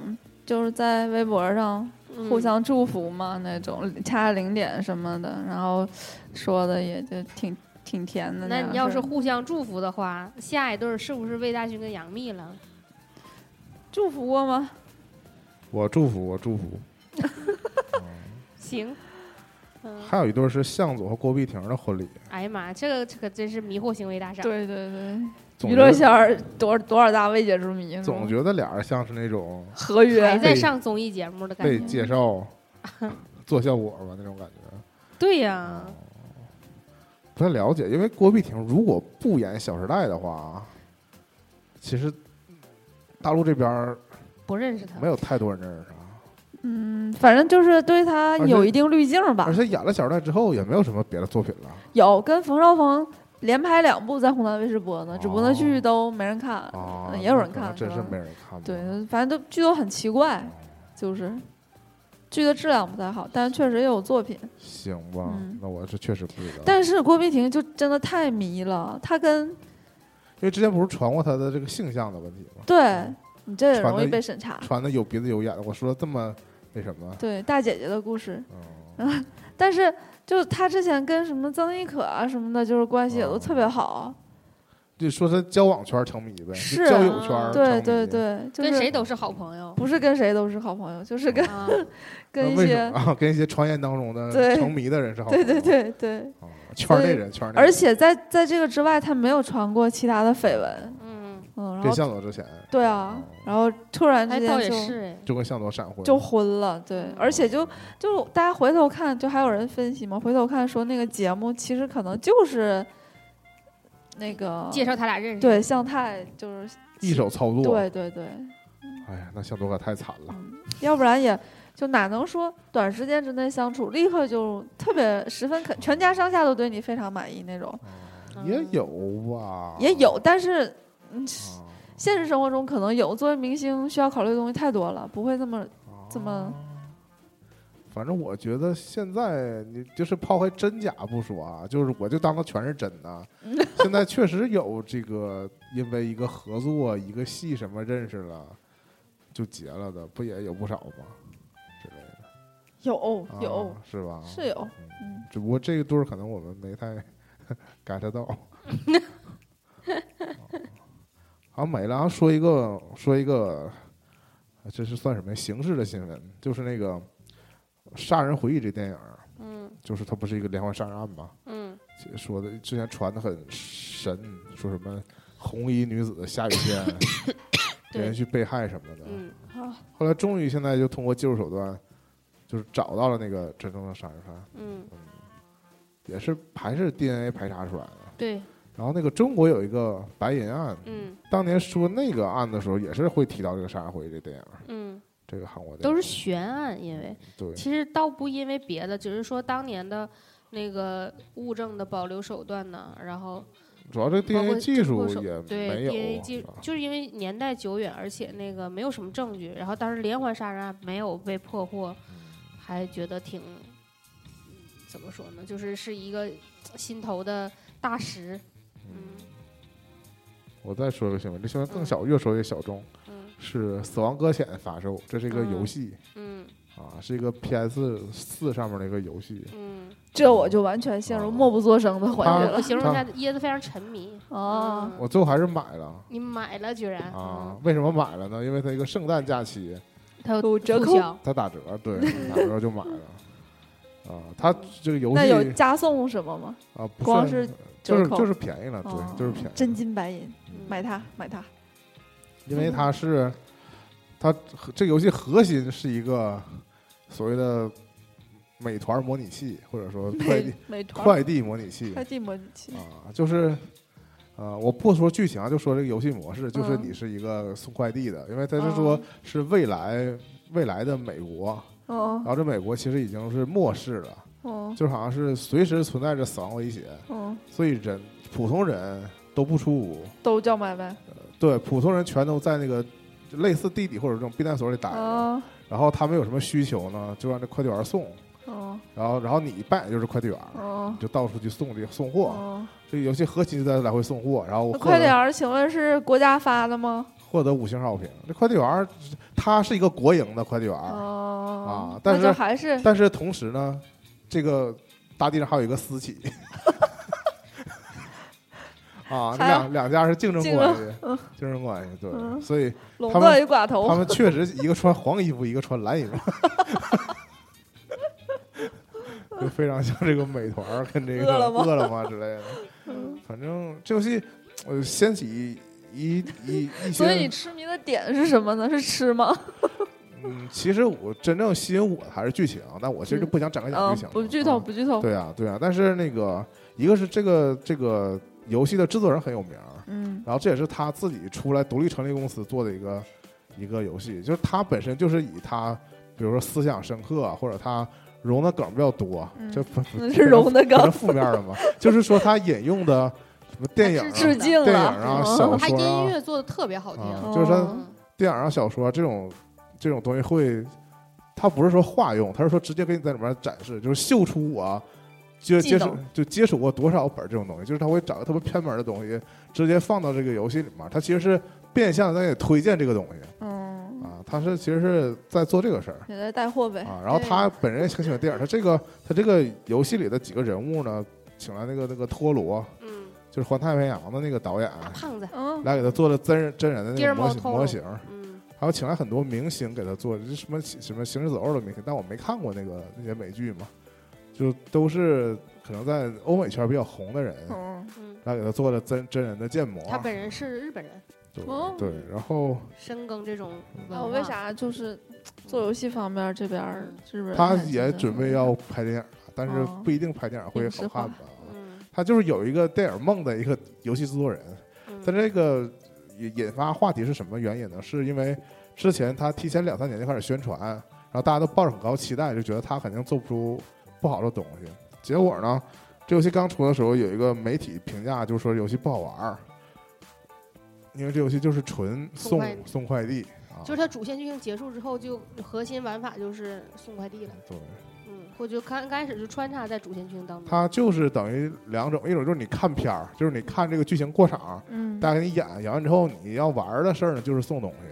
Speaker 4: 就是在微博上
Speaker 3: 嗯
Speaker 4: 互相祝福嘛，那种掐着零点什么的，然后说的也就挺挺甜的
Speaker 3: 那
Speaker 4: 样
Speaker 3: 你要是
Speaker 4: 式
Speaker 3: 互相祝福的话，下一对儿是不是魏大勋跟杨幂了？
Speaker 4: 祝福过吗？
Speaker 2: 我祝福，我祝福。嗯
Speaker 3: 行，嗯，
Speaker 2: 还有一对儿是向佐和郭碧婷的婚礼，
Speaker 3: 哎呀妈呀，这个这可真是迷惑行为大赏。
Speaker 4: 对对对，
Speaker 2: 总
Speaker 4: 娱
Speaker 2: 觉
Speaker 4: 乐
Speaker 2: 得
Speaker 4: 圈儿多多少大未解之谜，
Speaker 2: 总觉得俩人像是那种
Speaker 4: 合
Speaker 3: 还
Speaker 2: 啊
Speaker 4: 约
Speaker 3: 在上综艺节目的感
Speaker 2: 被
Speaker 3: 觉。
Speaker 2: 介绍
Speaker 4: <laughs>
Speaker 2: 做效果吧那种感觉。
Speaker 3: 对呀、
Speaker 2: 不太了解，因为郭碧婷如果不演《小时代》的话，其实大陆这边儿
Speaker 3: 不认识他
Speaker 2: 没。有太多人认识他。
Speaker 4: 嗯，反正就是对他
Speaker 2: 而且
Speaker 4: 有一定滤镜吧
Speaker 2: 而。且演了《小时代》之后，也没有什么别的作品了。
Speaker 4: 有跟冯绍峰连拍两部在湖南卫视播呢，只不过
Speaker 2: 哦
Speaker 4: 那剧都没人看，
Speaker 2: 啊，
Speaker 4: 呃也有
Speaker 2: 那
Speaker 4: 人
Speaker 2: 可能
Speaker 4: 看
Speaker 2: 真
Speaker 4: 是
Speaker 2: 是
Speaker 4: 吧
Speaker 2: 没人看吧。
Speaker 4: 对，嗯反正都剧都很奇怪，就是剧的质量不太好，但是确实也有作
Speaker 2: 哦
Speaker 4: 品。
Speaker 2: 行吧，
Speaker 4: 嗯
Speaker 2: 那我是确实不知道。
Speaker 4: 但是郭碧婷就真的太迷了，她跟
Speaker 2: 因为之前不是传过他的这个性向的问题吗？
Speaker 4: 对你这也
Speaker 2: 传
Speaker 4: 容
Speaker 2: 的
Speaker 4: 易
Speaker 2: 一
Speaker 4: 被审查。
Speaker 2: 传的有鼻子有眼的，我说这么那什么，
Speaker 4: 对大姐姐的故事，
Speaker 2: 嗯，
Speaker 4: 但是就她之前跟什么曾轶可啊什么的，就是关系也都
Speaker 2: 哦
Speaker 4: 特别好。
Speaker 2: 就说他交往圈儿沉迷呗，就是交友圈儿
Speaker 4: 对
Speaker 2: 沉
Speaker 4: 啊对
Speaker 2: 迷，
Speaker 4: 对，就
Speaker 3: 跟
Speaker 4: 是
Speaker 3: 谁都是好朋友。
Speaker 4: 不是跟谁都是好朋友，就是跟
Speaker 3: 啊，
Speaker 2: 哦那
Speaker 4: 跟一
Speaker 2: 为什
Speaker 4: 些
Speaker 2: 么啊，跟 <laughs> 一些传言当中的
Speaker 4: 对
Speaker 2: 沉迷的人是好朋
Speaker 4: 对
Speaker 2: 友，
Speaker 4: 对对对。
Speaker 2: 啊，圈儿内
Speaker 4: 所以
Speaker 2: 人，圈儿内人，
Speaker 4: 而且在在这个之外，他没有传过其他的绯闻，
Speaker 2: <laughs>
Speaker 3: 嗯，
Speaker 4: 嗯，然
Speaker 2: 跟
Speaker 4: 后
Speaker 2: 向佐之前，
Speaker 4: 对啊，
Speaker 2: 嗯
Speaker 4: 然后突然
Speaker 3: 哎，
Speaker 4: 之
Speaker 3: 倒也
Speaker 4: 间就是
Speaker 3: 哎，
Speaker 2: 就跟向佐闪婚，
Speaker 4: 就婚了，
Speaker 2: 嗯
Speaker 4: 对，而且就就大家回头看，就还有人分析嘛，回头看说那个节目其实可能就是那个
Speaker 3: 介绍他俩认识。
Speaker 4: 对向太就是
Speaker 2: 一手操作，
Speaker 4: 对对对，
Speaker 2: 哎呀，那向佐可太惨了，
Speaker 4: 要不然也就哪能说短时间之内相处，立刻就特别十分肯，全家上下都对你非常满意那种，
Speaker 2: 嗯也有吧，
Speaker 4: 也有，但是嗯。
Speaker 2: 啊，
Speaker 4: 现实生活中可能有，作为明星需要考虑的东西太多了，不会这么
Speaker 2: 啊
Speaker 4: 这么。
Speaker 2: 反正我觉得现在你就是抛开真假不说啊，就是我就当它全是真
Speaker 4: <laughs>
Speaker 2: 的。现在确实有这个，因为一个合作、一个戏什么认识了，就结了的，不也有不少吗？之类的，
Speaker 4: 有
Speaker 2: 啊、
Speaker 4: 有
Speaker 2: 是吧？
Speaker 4: 是有，
Speaker 2: 嗯
Speaker 4: 嗯，
Speaker 2: 只不过这个对儿可能我们没太 <laughs> get 到。 <laughs> 好、像没了，说一个说一个，这是算什么呀形式的新闻？就是那个《杀人回忆》这电影儿，
Speaker 3: 嗯
Speaker 2: 就是它不是一个连环杀人案吗？
Speaker 3: 嗯
Speaker 2: 说的之前传的很神，说什么红衣女子下雨天
Speaker 3: 对
Speaker 2: 连续被害什么的，
Speaker 3: 嗯，
Speaker 2: 后来终于现在就通过技术手段，就是找到了那个真正的杀人犯。
Speaker 3: 嗯，
Speaker 2: 也是还是 DNA 排查出来的。
Speaker 3: 对，
Speaker 2: 然后那个中国有一个白银案，
Speaker 3: 嗯
Speaker 2: 当年说那个案的时候，也是会提到这个杀人回忆这电影，
Speaker 3: 嗯，
Speaker 2: 这个韩国电影
Speaker 3: 都是悬案，因为
Speaker 2: 对
Speaker 3: 其实倒不因为别的，只是说当年的那个物证的保留手段呢，然后
Speaker 2: 主要这个
Speaker 3: 包括
Speaker 2: DNA 技术也
Speaker 3: 对
Speaker 2: 没
Speaker 3: DNA
Speaker 2: 有，
Speaker 3: 技
Speaker 2: 是吧
Speaker 3: 就是因为年代久远，而且那个没有什么证据，然后当时连环杀人案没有被破获，
Speaker 2: 嗯
Speaker 3: 还觉得挺怎么说呢，就是是一个心头的大石。嗯
Speaker 2: 我再说一个新闻，这新闻更
Speaker 3: 嗯
Speaker 2: 小，越说越小众，
Speaker 3: 嗯
Speaker 2: 是《死亡搁浅》发售，这是一个游戏
Speaker 3: 嗯
Speaker 2: 啊，是一个 PS 四上面的一个游戏。
Speaker 3: 嗯，
Speaker 4: 这我就完全陷入默不作声的环节
Speaker 2: 啊
Speaker 3: 我
Speaker 4: 了。
Speaker 3: 形容一下，椰子非常沉迷。嗯
Speaker 4: 哦，
Speaker 2: 我最后还是买
Speaker 4: 啊
Speaker 2: 了
Speaker 3: 你买了居然
Speaker 2: 啊，，为什么买了呢？因为它一个圣诞假期，
Speaker 3: 它有
Speaker 4: 哦有折
Speaker 3: 促
Speaker 4: 扣
Speaker 3: 销，
Speaker 2: 它打折，
Speaker 4: <laughs>
Speaker 2: 对，打折就买了。啊，它这个游
Speaker 4: 那有
Speaker 2: 戏
Speaker 4: 加送什么吗？
Speaker 2: 啊，不
Speaker 4: 光
Speaker 2: 是
Speaker 4: 是
Speaker 2: 就
Speaker 4: 折
Speaker 2: 是
Speaker 4: 扣
Speaker 2: 就是便宜了，对，
Speaker 4: 哦
Speaker 3: 嗯
Speaker 2: 就是便宜了。
Speaker 4: 真金白银，
Speaker 2: 嗯
Speaker 4: 买它买它。
Speaker 2: 因为它是它这个游戏核心是一个所谓的美团模拟器，或者说快递
Speaker 4: 美美团
Speaker 2: 快递模拟器
Speaker 4: 快递模拟器，
Speaker 2: 啊，就是。呃，我不说剧情啊，就说这个游戏模式，就是
Speaker 4: 嗯
Speaker 2: 你是一个送快递的，因为他是说
Speaker 4: 哦
Speaker 2: 是未来未来的美国，然
Speaker 4: 哦
Speaker 2: 后这美国其实已经是末世了，
Speaker 4: 哦
Speaker 2: 就是好像是随时存在着死亡威胁，
Speaker 4: 哦，
Speaker 2: 所以人普通人都不出屋，
Speaker 4: 都叫买卖
Speaker 2: 对，普通人全都在那个类似地底或者这种避难所里待着，
Speaker 4: 啊
Speaker 2: 然后他们有什么需求呢，就让这快递员送，
Speaker 4: 哦
Speaker 2: 然后然后你扮演就是快递员，
Speaker 4: 哦
Speaker 2: 你就到处去送这送货，
Speaker 4: 哦，
Speaker 2: 这个游戏核心就在来回送货，然后我
Speaker 4: 那
Speaker 2: 获
Speaker 4: 快点
Speaker 2: 得
Speaker 4: 儿，请问是国家发的吗？
Speaker 2: 获得五星好评。这快递员他是一个国营的快递员，
Speaker 4: 哦
Speaker 2: 啊但
Speaker 4: 那就是还是
Speaker 2: 但是同时呢，这个大地上还有一个私
Speaker 4: <laughs>
Speaker 2: 企，啊，这
Speaker 4: 还有
Speaker 2: 两两家是竞争
Speaker 4: 竞
Speaker 2: 关
Speaker 4: 争
Speaker 2: 系，竞争关系，对，
Speaker 4: 嗯哦
Speaker 2: 所以
Speaker 4: 垄
Speaker 2: 他们
Speaker 4: 断与寡
Speaker 2: 他
Speaker 4: 头， <laughs>
Speaker 2: 们确实一个穿黄衣服，一个穿蓝衣服，就非常像这个美团儿跟这个
Speaker 4: 饿了么嗯
Speaker 2: 饿了么之类的，反正这游戏呃掀起一一一
Speaker 4: 所以你
Speaker 2: 些，
Speaker 4: 痴迷的点是什么呢？是吃吗？
Speaker 2: 嗯，其实我真正吸引我的还是剧情，但我其实就不想展开讲
Speaker 4: 嗯
Speaker 2: 剧情，了，
Speaker 4: 不剧
Speaker 2: 啊
Speaker 4: 透，不剧透。
Speaker 2: 对啊，对啊，但是那个一个是这个这个游戏的制作人很有名儿，
Speaker 4: 嗯
Speaker 2: 然后这也是他自己出来独立成立公司做的一个一个游戏，就是他本身就是以他比如说思想深刻啊或者他融的梗比较多，
Speaker 4: 嗯
Speaker 2: 这不
Speaker 4: 那是融的梗
Speaker 2: 可能负面的嘛，就是说他引用的什么电影、
Speaker 3: 他
Speaker 4: <laughs> 致
Speaker 2: 啊、
Speaker 4: 敬
Speaker 2: 电影
Speaker 4: 了。
Speaker 2: 啊、
Speaker 4: 嗯
Speaker 2: 小
Speaker 3: 他
Speaker 2: 说
Speaker 3: 音
Speaker 2: 啊、
Speaker 3: 乐做的特别好听，
Speaker 2: 啊
Speaker 4: 嗯
Speaker 2: 就是说
Speaker 3: 嗯
Speaker 2: 电影啊、小说啊这种这种东西会，他不是说化用，他是说直接给你在里面展示，就是秀出我接
Speaker 4: 技
Speaker 2: 接
Speaker 4: 能
Speaker 2: 触就接触过多少本这种东西，就是他会找个特别偏门的东西，直接放到这个游戏里面，他其实是变相地在给你推荐这个东西
Speaker 4: 嗯，
Speaker 2: 啊，他是其实是在做这个事儿。
Speaker 4: 也在带货呗。
Speaker 2: 啊，然后他本人也很喜欢电影，他这个他这个游戏里的几个人物呢，请来那个那个托罗，
Speaker 3: 嗯，
Speaker 2: 就是《环太平洋》的那个导演，
Speaker 3: 大胖子，
Speaker 4: 嗯，
Speaker 2: 来给他做了真人真人的那个
Speaker 3: Guillermo
Speaker 2: 模型
Speaker 3: Toro
Speaker 2: 模型，
Speaker 3: 嗯
Speaker 2: 还有请来很多明星给他做，就是什么什么行尸走肉的明星，但我没看过那个那些美剧嘛，就都是可能在欧美圈比较红的人，
Speaker 4: 嗯，
Speaker 3: 嗯，
Speaker 2: 然后给他做了真真人的建模，
Speaker 3: 他本人是日本人，
Speaker 2: 对
Speaker 4: 哦
Speaker 2: 对，然后
Speaker 3: 深耕这种文
Speaker 4: 那
Speaker 3: 化。
Speaker 4: 我为啥就是做游戏方面这边儿日本人
Speaker 2: 他
Speaker 4: 还是
Speaker 2: 也
Speaker 4: 真的
Speaker 2: 准备要拍电影了，但是
Speaker 4: 哦
Speaker 2: 不一定拍电影会好看吧。
Speaker 3: 嗯？
Speaker 2: 他就是有一个电影梦的一个游戏制作人，
Speaker 3: 嗯，
Speaker 2: 但这个引引发话题是什么原因呢？是因为之前他提前两三年就开始宣传，然后大家都抱着很高期待，就觉得他肯定做不出不好的东西。结果呢，这游戏刚出的时候，有一个媒体评价就说游戏不好玩儿，因为这游戏就是纯
Speaker 3: 送
Speaker 2: 送
Speaker 3: 快
Speaker 2: 送快递啊，
Speaker 3: 就是它主线剧情结束之后，就核心玩法就是送快递了。
Speaker 2: 对，
Speaker 3: 嗯，或者刚开始就穿插在主线剧情当中。
Speaker 2: 它就是等于两种，一种就是你看片儿，就是你看这个剧情过场，
Speaker 4: 嗯
Speaker 2: 大家给你演，演完之后你要玩儿的事儿呢，就是送东西。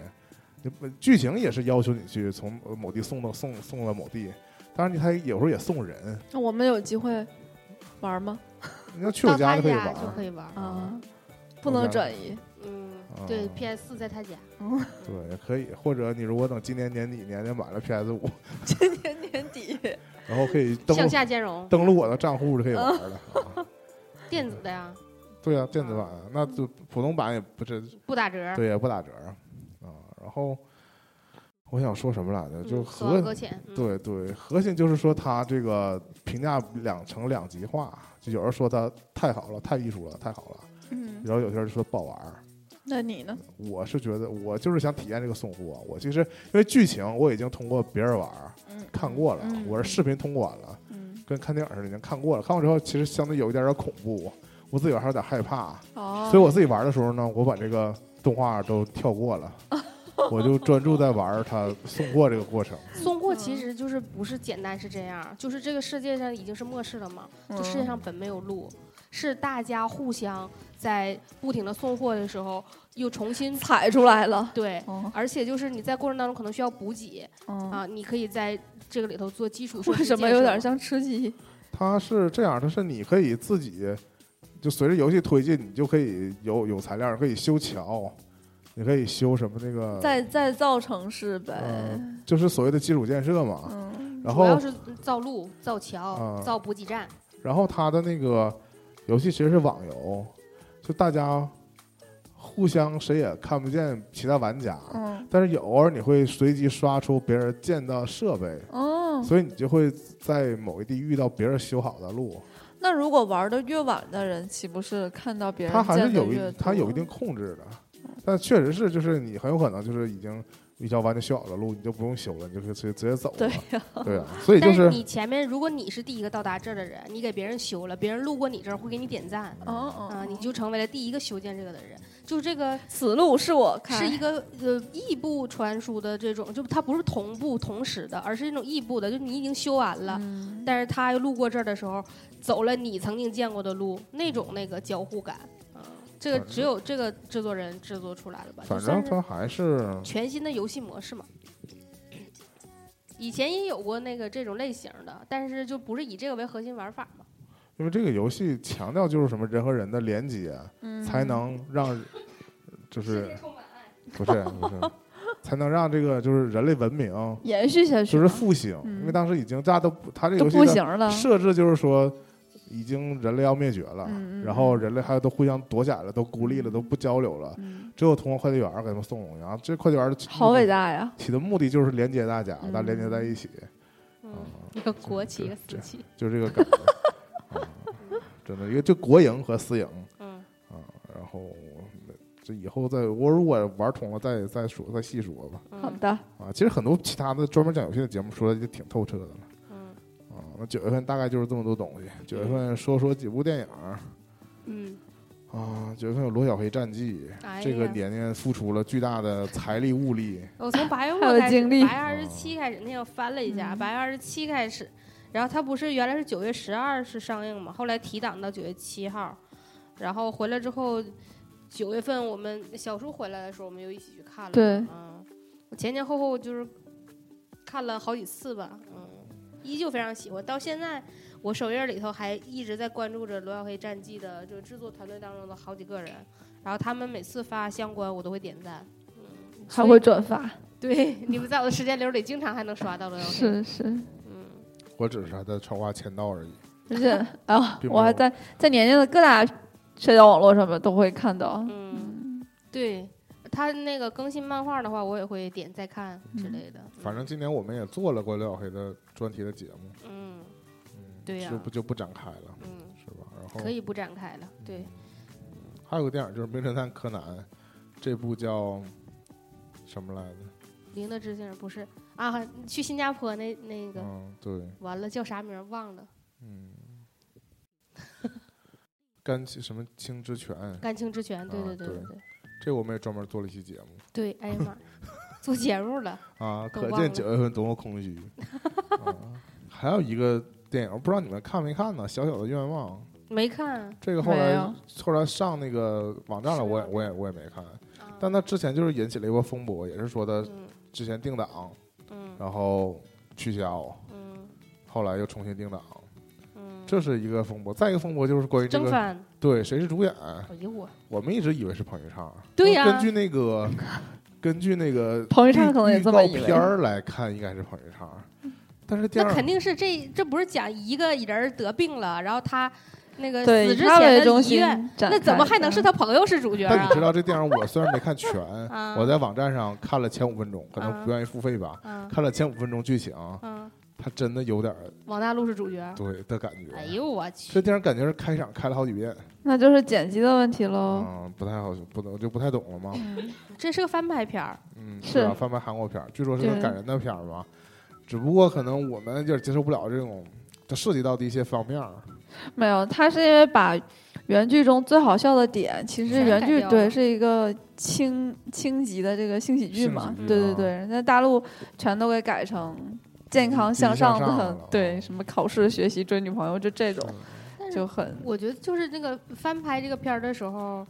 Speaker 2: 就不剧情也是要求你去从呃某地送到送送到某地，当然你他有时候也送人，
Speaker 4: 那我们有机会玩吗？
Speaker 2: 你要去我
Speaker 3: 到
Speaker 2: 家
Speaker 3: 他
Speaker 2: 就可以
Speaker 3: 家
Speaker 2: 玩儿。
Speaker 3: 就可以玩儿。
Speaker 4: 啊
Speaker 2: 啊，
Speaker 4: 不能转移。
Speaker 3: 嗯
Speaker 2: 啊，
Speaker 3: 对，PS 四在他家。
Speaker 2: 对，也可以。或者你如果等今年年底年年买了 PS 五， <laughs>
Speaker 4: 今年年底，
Speaker 2: 然后可以登
Speaker 3: 向
Speaker 2: 录
Speaker 3: 下嗯兼容，
Speaker 2: 登录我的账户就可以玩儿了。啊
Speaker 3: 电子的呀，
Speaker 2: 对啊，电子版那就普通版也不是
Speaker 3: 不打折。
Speaker 2: 对也不打折啊。然后我想说什么来着？
Speaker 3: 嗯，
Speaker 2: 就
Speaker 3: 死亡
Speaker 2: 核
Speaker 3: 搁浅。嗯，
Speaker 2: 对对，核心就是说他这个评价两成两极化，就有人说他太好了，太艺术了，太好了，
Speaker 4: 嗯，
Speaker 2: 然后有些人就说不好玩儿。
Speaker 4: 那你呢？
Speaker 2: 我是觉得我就是想体验这个送货，我其实因为剧情我已经通过别人玩儿
Speaker 4: 嗯，
Speaker 2: 看过了，
Speaker 4: 嗯
Speaker 2: 我是视频通关了，
Speaker 4: 嗯，
Speaker 2: 跟看电影似的已经看过了，看过之后其实相对有一点点恐怖，我自己玩还有点害怕，
Speaker 4: 哦，
Speaker 2: 所以我自己玩的时候呢，我把这个动画都跳过
Speaker 4: <laughs>
Speaker 2: 了。我就专注在玩儿他送货这个过程，
Speaker 3: 送货其实就是不是简单是这样，就是这个世界上已经是末世了嘛，
Speaker 4: 嗯
Speaker 3: 就世界
Speaker 2: 嗯
Speaker 3: 上本没有路，是大家互相在不停的送货的时候又重新
Speaker 4: 踩出来了。
Speaker 3: 对。
Speaker 4: 哦，
Speaker 3: 而且就是你在过程当中可能需要补给
Speaker 4: 嗯，
Speaker 3: 啊，你可以在这个里头做基础设
Speaker 4: 为
Speaker 3: 施
Speaker 4: 什么
Speaker 3: 建
Speaker 4: 有
Speaker 3: 设
Speaker 4: 点像吃鸡？
Speaker 2: 嗯它是这样，它是你可以自己，就随着游戏推进，你就可以有有材料，可以修桥，你可以修什么那个，
Speaker 4: 再再造城市呗。
Speaker 2: 嗯就是所谓的基础建设嘛。
Speaker 4: 嗯，
Speaker 2: 然
Speaker 3: 主要
Speaker 2: 后，
Speaker 3: 是造路、造桥、
Speaker 2: 啊
Speaker 3: 造补给站。
Speaker 2: 然后它的那个游戏其实是网游，就大家互相谁也看不见其他玩家，
Speaker 4: 嗯
Speaker 2: 但是有偶尔你会随机刷出别人建的设备，
Speaker 4: 哦，
Speaker 2: 所以你就会在某一地遇到别人修好的路。
Speaker 4: 那如果玩的越晚的人，岂不是看到别人
Speaker 2: 它还是
Speaker 4: 见得
Speaker 2: 有
Speaker 4: 越
Speaker 2: 一它
Speaker 4: 多嗯
Speaker 2: 有一定控制的，但确实是就是你很有可能就是已经一条完全修好的路，你就不用修了，你就可以直接直接走了。
Speaker 4: 对呀、
Speaker 2: 对啊，所以就
Speaker 3: 但
Speaker 2: 是
Speaker 3: 你前面，如果你是第一个到达这儿的人，你给别人修了，别人路过你这儿会给你点赞
Speaker 4: 哦
Speaker 2: 嗯
Speaker 4: 哦
Speaker 3: 啊、你就成为了第一个修建这个的人。就这个
Speaker 4: 此路是我开，
Speaker 3: 是一个呃异步传输的这种，就它不是同步同时的，而是那种异步的，就你已经修完了，
Speaker 4: 嗯
Speaker 3: 但是他路过这儿的时候，走了你曾经见过的路，那种那个交互感，嗯，这个
Speaker 2: 反正
Speaker 3: 只有这个制作人制作出来的吧，就
Speaker 2: 反
Speaker 3: 算
Speaker 2: 正
Speaker 3: 是
Speaker 2: 它还是
Speaker 3: 全新的游戏模式嘛。以前也有过那个这种类型的，但是就不是以这个为核心玩法嘛。
Speaker 2: 因为这个游戏强调就是什么人和人的连接，
Speaker 4: 嗯
Speaker 2: 才能让就是
Speaker 3: 充满爱，
Speaker 2: 不是不是，才能让这个就是人类文明
Speaker 4: 延续下去
Speaker 2: 就
Speaker 4: 嘛，
Speaker 2: 是复兴，因为
Speaker 4: 嗯
Speaker 2: 当时已经大家都不，它这个
Speaker 4: 都
Speaker 2: 游
Speaker 4: 不
Speaker 2: 戏
Speaker 4: 行
Speaker 2: 的
Speaker 4: 了，
Speaker 2: 设置就是说。已经人类要灭绝了，
Speaker 4: 嗯嗯
Speaker 2: 然后人类还都互相躲起来了，都孤立了，都不交流了，
Speaker 4: 嗯
Speaker 2: 只有通过快递员儿给他们送东西。然后这快递员儿的
Speaker 4: 好伟大呀！
Speaker 2: 起的目的就是连接大家，
Speaker 4: 嗯
Speaker 2: 大家连接在一起，
Speaker 3: 嗯，
Speaker 2: 啊
Speaker 3: 一个国旗，
Speaker 2: 这
Speaker 3: 一个私旗，
Speaker 2: 就是这个感觉。啊真的，一个就国营和私营
Speaker 3: 嗯，
Speaker 2: 啊，然后这以后再我如果玩通了再再说再细说吧
Speaker 3: 嗯
Speaker 4: 好，的，
Speaker 2: 啊，其实很多其他的专门讲游戏的节目说的就挺透彻的了
Speaker 3: 嗯
Speaker 2: 啊。那九月份大概就是这么多东西，九月份说说几部电影儿
Speaker 3: 嗯，
Speaker 2: 啊，九月份有罗小黑战记，
Speaker 3: 哎
Speaker 2: 这个
Speaker 3: 呀，
Speaker 2: 年年付出了巨大的财力物力，
Speaker 3: 我从八月
Speaker 4: 还有
Speaker 3: 份开始，
Speaker 4: 经历
Speaker 3: 八月二十七开始，那天我翻了一下，
Speaker 4: 嗯
Speaker 3: 八月二十七开始，然后它不是原来是九月十二是上映嘛，后来提档到九月七号，然后回来之后，九月份我们小叔回来的时候，我们又一起去看了，
Speaker 4: 对
Speaker 3: 嗯，我前前后后就是看了好几次吧，嗯，依旧非常喜欢，到现在我首页里头还一直在关注着《罗小黑战记》的就制作团队当中的好几个人，然后他们每次发相关我都会点赞。嗯，
Speaker 4: 还
Speaker 3: 所以
Speaker 4: 会转发，
Speaker 3: <laughs> 对，你们在我的时间流里经常还能刷到罗小黑。
Speaker 4: 是是，
Speaker 3: 嗯，
Speaker 2: 我只是还在超话签到而已。
Speaker 4: 而且啊，
Speaker 2: 并没
Speaker 4: 我还
Speaker 2: 有
Speaker 4: 在在年年的各大社交网络上面都会看到，
Speaker 3: 嗯，对他那个更新漫画的话，我也会点再看之类的。
Speaker 2: 嗯反正今年我们也做了关于刘小黑的专题的节目，
Speaker 3: 嗯，
Speaker 2: 嗯，
Speaker 3: 对呀
Speaker 2: 就不就不展开了，
Speaker 3: 嗯
Speaker 2: 是吧？然后嗯
Speaker 3: 嗯，可以不展开了。对，
Speaker 2: 还有个电影就是《名侦探柯南》，这部叫什么来着？
Speaker 3: 零的知性不是啊，去新加坡那那个、
Speaker 2: 嗯，对，
Speaker 3: 完了叫啥名儿忘了，
Speaker 2: 嗯， <laughs> 甘其什么青之泉，
Speaker 3: 甘青之泉。对
Speaker 2: 啊
Speaker 3: 对对
Speaker 2: 对
Speaker 3: 对对
Speaker 2: 这我们也专门做了一期节目
Speaker 3: 对，哎呀妈，做节目了。
Speaker 2: 啊，
Speaker 3: 都
Speaker 2: 可
Speaker 3: 忘
Speaker 2: 见
Speaker 3: 了
Speaker 2: 九月份多么空
Speaker 3: <laughs>
Speaker 2: 虚。啊还有一个电影，不知道你们看没看呢，《小小的愿望》。
Speaker 3: 没看，
Speaker 2: 这个后
Speaker 4: 没
Speaker 2: 来
Speaker 4: 有
Speaker 2: 后来上那个网站了，
Speaker 3: 是
Speaker 2: 我也
Speaker 3: 吗
Speaker 2: 我也我也没看。
Speaker 3: 啊、
Speaker 2: 但他之前就是引起了一波风波，也是说他
Speaker 3: 嗯
Speaker 2: 之前定档，
Speaker 3: 嗯
Speaker 2: 然后取消，
Speaker 3: 嗯
Speaker 2: 后来又重新定档，
Speaker 3: 嗯，
Speaker 2: 这是一个风波。再一个风波就是关于这
Speaker 3: 征
Speaker 2: 个
Speaker 3: 番，
Speaker 2: 对谁是主演，
Speaker 3: 哎呦我，
Speaker 2: 我们一直以为是彭昱畅，
Speaker 3: 对呀
Speaker 2: 根据那个根据那个
Speaker 4: 彭昱畅可能也
Speaker 2: 预
Speaker 4: 这么
Speaker 2: 预
Speaker 4: 以
Speaker 2: 告
Speaker 4: 为
Speaker 2: 片儿来看，应该是彭昱畅，但是第
Speaker 3: 那
Speaker 2: 二
Speaker 3: 肯定是这这不是讲一个人儿得病了，然后他那个
Speaker 4: 对，
Speaker 3: 死
Speaker 4: 以
Speaker 3: 之
Speaker 4: 他为
Speaker 3: 前
Speaker 4: 中
Speaker 3: 的遗嗯
Speaker 4: 心
Speaker 3: 愿，
Speaker 4: 展
Speaker 3: 那怎么
Speaker 4: 开
Speaker 3: 还能
Speaker 4: 的
Speaker 3: 是他朋友是主角
Speaker 2: 但
Speaker 3: 啊
Speaker 2: 你？知道这电影我虽然没看
Speaker 3: <laughs>
Speaker 2: 全，
Speaker 3: 啊
Speaker 2: 我在网站上看了前五分钟，可能
Speaker 3: 啊
Speaker 2: 不愿意付费吧，
Speaker 3: 嗯
Speaker 2: 看了前五分钟剧情。
Speaker 3: 嗯，
Speaker 2: 他真的有点儿
Speaker 3: 王大陆是主角。
Speaker 2: 对的感觉。
Speaker 3: 哎呦我
Speaker 2: 这
Speaker 3: 去，
Speaker 2: 电影感觉是开场开了好几遍，
Speaker 4: 那就是剪辑的问题
Speaker 3: 哦
Speaker 4: 喽。
Speaker 2: 嗯，不太好，不能就不太懂了嘛。
Speaker 3: 这是个翻拍片儿，
Speaker 2: 嗯，
Speaker 4: 是
Speaker 2: 吧？翻拍韩国片儿，据说是个
Speaker 4: 对
Speaker 2: 感人的片儿嘛。只不过可能我们有点接受不了这种，它涉及到的一些方面儿。
Speaker 4: 没有，他是因为把原剧中最好笑的点，其实
Speaker 2: 全
Speaker 4: 原
Speaker 3: 改
Speaker 4: 剧
Speaker 3: 掉
Speaker 4: 对
Speaker 3: 了
Speaker 4: 是一个轻轻级的这个性喜剧
Speaker 2: 性
Speaker 4: 嘛
Speaker 2: 喜，剧
Speaker 4: 对对
Speaker 2: 啊
Speaker 4: 对，人家大陆全都给改成健康
Speaker 2: 积极
Speaker 4: 向
Speaker 2: 嗯向
Speaker 4: 上的，
Speaker 2: 上了啊
Speaker 4: 对什么考试、学习、追女朋友，就这种
Speaker 3: 但是
Speaker 4: 就很
Speaker 3: 我觉得就是那个翻拍这个片儿的时候，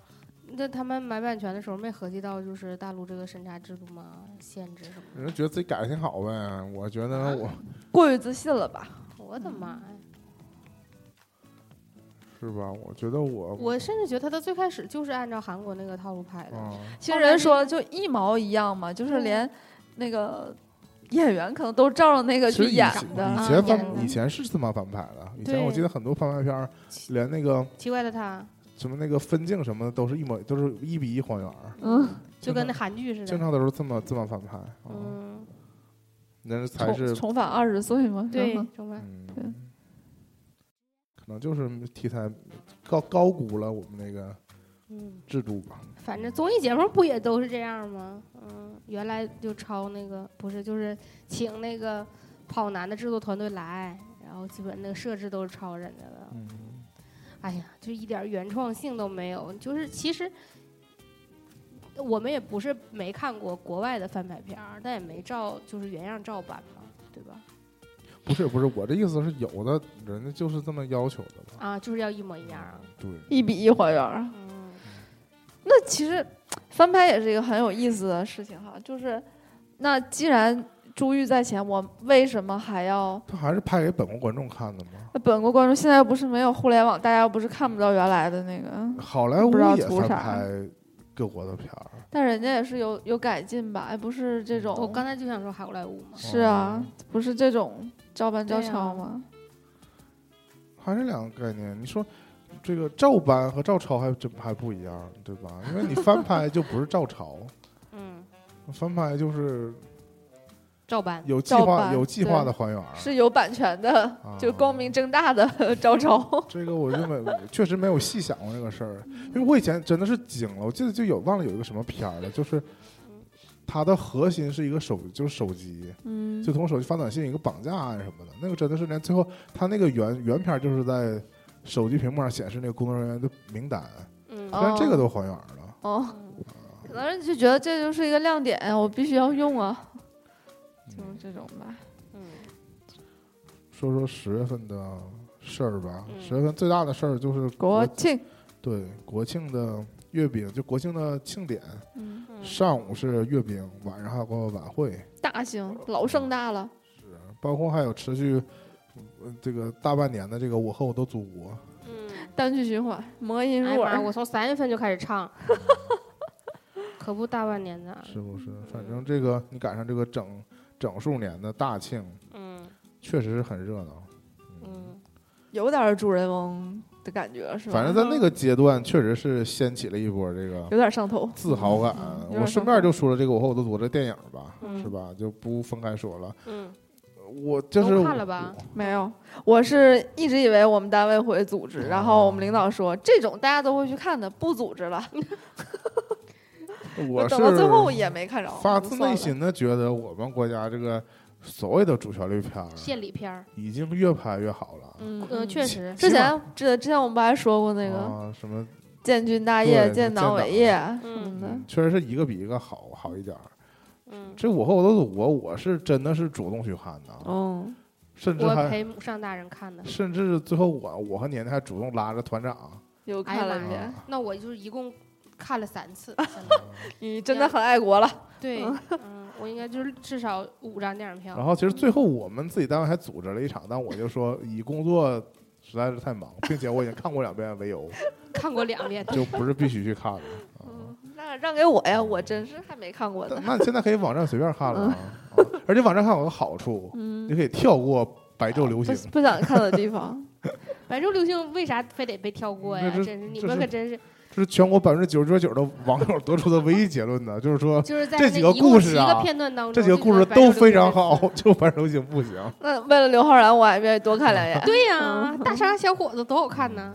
Speaker 3: 那他们买版权的时候没合计到就是大陆这个审查制度嘛限制什么
Speaker 2: 人
Speaker 3: 的。
Speaker 2: 家觉得自己改的挺好呗，我觉
Speaker 3: 啊
Speaker 2: 得我
Speaker 4: 过于自信了吧？
Speaker 3: 我的妈呀！
Speaker 2: 是吧？我觉得我
Speaker 3: 我甚至觉得他的最开始就是按照韩国那个套路拍的。
Speaker 2: 嗯，
Speaker 4: 其
Speaker 3: 后
Speaker 4: 实
Speaker 3: 来那
Speaker 4: 人说了，就一毛一样嘛，就是
Speaker 3: 对
Speaker 4: 连那个演员可能都照着那个
Speaker 2: 其
Speaker 4: 去
Speaker 2: 实以
Speaker 4: 呃演
Speaker 2: 前
Speaker 4: 的。
Speaker 2: 以
Speaker 3: 啊
Speaker 2: 前
Speaker 3: 演
Speaker 2: 翻
Speaker 3: 的
Speaker 2: 以前是这么翻拍的，以前
Speaker 3: 对
Speaker 2: 我记得很多翻拍片儿，连那个
Speaker 3: 奇怪的他，
Speaker 2: 什么那个分镜什么的都是一模都是一比一还原儿，
Speaker 4: 嗯，
Speaker 3: 就跟那韩剧似
Speaker 2: 经
Speaker 3: 的。
Speaker 2: 常都是这么这么翻拍啊，
Speaker 3: 嗯，
Speaker 2: 那才是
Speaker 4: 重重返二十岁嘛， <laughs>
Speaker 3: 对
Speaker 4: 然后，
Speaker 3: 中文
Speaker 4: 对
Speaker 2: 嗯，可能就是题材高高估了我们那个
Speaker 3: 嗯，
Speaker 2: 制度吧。
Speaker 3: 反正综艺节目不也都是这样吗？嗯，原来就抄那个，不是就是请那个跑男的制作团队来，然后基本那个设置都是抄人家的。
Speaker 2: 嗯，
Speaker 3: 哎呀，就一点儿原创性都没有。就是其实我们也不是没看过国外的翻拍片儿，但也没照就是原样照搬嘛，对吧？
Speaker 2: 不是不是，我的意思是有的人家就是这么要求的吧？
Speaker 3: 啊，就是要一模一样啊。
Speaker 2: 对，
Speaker 4: 一比一还原儿。
Speaker 3: 嗯
Speaker 4: 那其实翻拍也是一个很有意思的事情哈，就是那既然珠玉在前，我为什么还要？
Speaker 2: 他还是拍给本国观众看的嘛。
Speaker 4: 那本国观众现在又不是没有互联网，大家又不是看不到原来的那个，
Speaker 2: 好莱坞
Speaker 4: 不知道
Speaker 2: 也
Speaker 4: 图
Speaker 2: 翻
Speaker 4: 啥
Speaker 2: 拍各国的片儿，
Speaker 4: 但人家也是有有改进吧，哎不是这种，
Speaker 3: 我刚才就想说好莱坞嘛，
Speaker 4: 是
Speaker 2: 哦嗯
Speaker 4: 啊，不是这种照搬照
Speaker 3: 对呀
Speaker 4: 抄吗？
Speaker 2: 还是两个概念。你说这个照搬和照抄还真还不一样，对吧？因为你翻拍就不是照抄，
Speaker 3: 嗯，
Speaker 2: 翻拍就是
Speaker 3: 照搬。
Speaker 2: 有计
Speaker 4: 照
Speaker 2: 划
Speaker 4: 搬
Speaker 2: 有计划
Speaker 4: 对
Speaker 2: 的还原儿。
Speaker 4: 是有版权的，
Speaker 2: 啊
Speaker 4: 就光明正大的 <laughs> 照抄。
Speaker 2: 这个我认为确实没有细想过这个事儿，
Speaker 4: 嗯
Speaker 2: 因为我以前真的是惊了，我记得就有忘了有一个什么片儿了，就是它的核心是一个手，就是手机，
Speaker 4: <laughs> 嗯
Speaker 2: 就从手机发短信一个绑架案什么的，那个真的是连最后它那个原原片儿就是在手机屏幕上显示那个工作人员的名单，
Speaker 3: 嗯
Speaker 4: 哦
Speaker 2: 连这个都还原了。
Speaker 4: 哦，
Speaker 3: 嗯
Speaker 4: 可能人就觉得这就是一个亮点，我必须要用啊，就是
Speaker 2: 嗯
Speaker 4: 这种吧。
Speaker 3: 嗯
Speaker 2: 说说十月份的事儿吧，
Speaker 3: 嗯
Speaker 2: 十月份最大的事儿就是
Speaker 4: 国庆，
Speaker 2: 对国庆的月饼，就国庆的庆典，
Speaker 4: 嗯，
Speaker 3: 嗯
Speaker 2: 上午是月饼，晚上还有个晚会。
Speaker 4: 大型老盛大了。
Speaker 2: 包括还有持续呃这个大半年的这个我和我的祖国，
Speaker 3: 嗯，
Speaker 4: 单曲循环，魔音
Speaker 3: 哎
Speaker 4: 入
Speaker 3: 呀妈，
Speaker 2: <laughs>
Speaker 4: 耳。
Speaker 3: 我从三月份就开始唱， <laughs> 可不大半年呢。
Speaker 2: 是不是？反正这个你赶上这个整整数年的大庆，
Speaker 3: 嗯
Speaker 2: 确实是很热闹。
Speaker 3: 嗯
Speaker 4: 有点儿主人翁的感觉是吧？
Speaker 2: 反正在那个阶段，确实是掀起了一波这个
Speaker 4: 有点上头。
Speaker 2: 自豪感
Speaker 4: 嗯有。点
Speaker 2: 我身边就说了这个《我和我的祖国》这电影吧，
Speaker 3: 嗯
Speaker 2: 是吧？就不分开说了。
Speaker 3: 嗯，
Speaker 2: 我就是
Speaker 3: 都看了吧
Speaker 4: 没有，我是一直以为我们单位会组织，然后我们领导
Speaker 2: 啊
Speaker 4: 说这种大家都会去看的，不组织了。
Speaker 2: 我我是
Speaker 4: 等到最后也没看着，
Speaker 2: 发
Speaker 4: 就
Speaker 2: 自
Speaker 4: 算
Speaker 2: 内
Speaker 4: 了。
Speaker 2: 心的觉得我们国家这个所谓的主旋律片儿
Speaker 3: 献礼片儿，
Speaker 2: 已经越拍越好了。
Speaker 4: 嗯，
Speaker 3: 嗯，确实，
Speaker 4: 之
Speaker 2: 起码
Speaker 4: 前之之前我们不还说过那个
Speaker 2: 啊，什么
Speaker 4: 建军大业、
Speaker 2: 对
Speaker 4: 建
Speaker 2: 建党
Speaker 4: 党伟业什
Speaker 3: 嗯
Speaker 4: 么的
Speaker 2: 嗯，确实是一个比一个好好一点儿。
Speaker 3: 嗯，
Speaker 2: 这我和我的祖国，我是真的是主动去看的，
Speaker 4: 嗯，
Speaker 2: 甚至
Speaker 3: 我
Speaker 2: 还
Speaker 3: 陪母上大人看的。
Speaker 2: 甚至最后我我和年年还主动拉着团长，
Speaker 4: 又
Speaker 3: 哎呀
Speaker 4: 看了
Speaker 3: 妈
Speaker 4: 一
Speaker 3: 呀
Speaker 4: 遍。
Speaker 2: 啊
Speaker 3: 那我就是一共看了三
Speaker 2: <laughs>
Speaker 3: 次，
Speaker 4: 你真的很爱国了，
Speaker 3: 对，嗯，我应该就是至少五张电影票。
Speaker 2: 然后其实最后我们自己单位还组织了一场，但我就说以工作实在是太忙，并且我已经看过两遍为由，
Speaker 3: 看过两遍，
Speaker 2: 就不是必须去看了。啊
Speaker 4: 嗯，那让给我呀，我真是还没看过
Speaker 2: 但
Speaker 4: 呢。
Speaker 2: 那你现在可以网站随便看了啊，
Speaker 3: 嗯
Speaker 2: 啊而且网站看有个好处，
Speaker 4: 嗯
Speaker 2: 你，可以跳过白昼
Speaker 3: 嗯
Speaker 2: 流行。
Speaker 4: 不不想看的地方，
Speaker 3: 白昼流星为啥非得被跳过呀？
Speaker 2: 那这
Speaker 3: 真是你
Speaker 2: 这
Speaker 3: 们
Speaker 2: 是
Speaker 3: 可真是，
Speaker 2: 这是全国百分之九十九九的网友得出的唯一结论呢，就是说
Speaker 3: 就是在
Speaker 2: 这
Speaker 3: 那
Speaker 2: 几个
Speaker 3: 一共
Speaker 2: 故事
Speaker 3: 七
Speaker 2: 啊
Speaker 3: 个片段当中，
Speaker 2: 这几个
Speaker 3: 就
Speaker 2: 故事
Speaker 3: 觉得白昼
Speaker 2: 都
Speaker 3: 流
Speaker 2: 非
Speaker 3: 星
Speaker 2: 常
Speaker 3: 这
Speaker 2: 好
Speaker 3: 个 <laughs> 词，
Speaker 2: 就反正行不行？
Speaker 4: 那为了刘昊然，我还愿意多看
Speaker 2: <laughs>
Speaker 4: 两眼。
Speaker 3: 对呀， <laughs> 大傻小伙子多好看呢！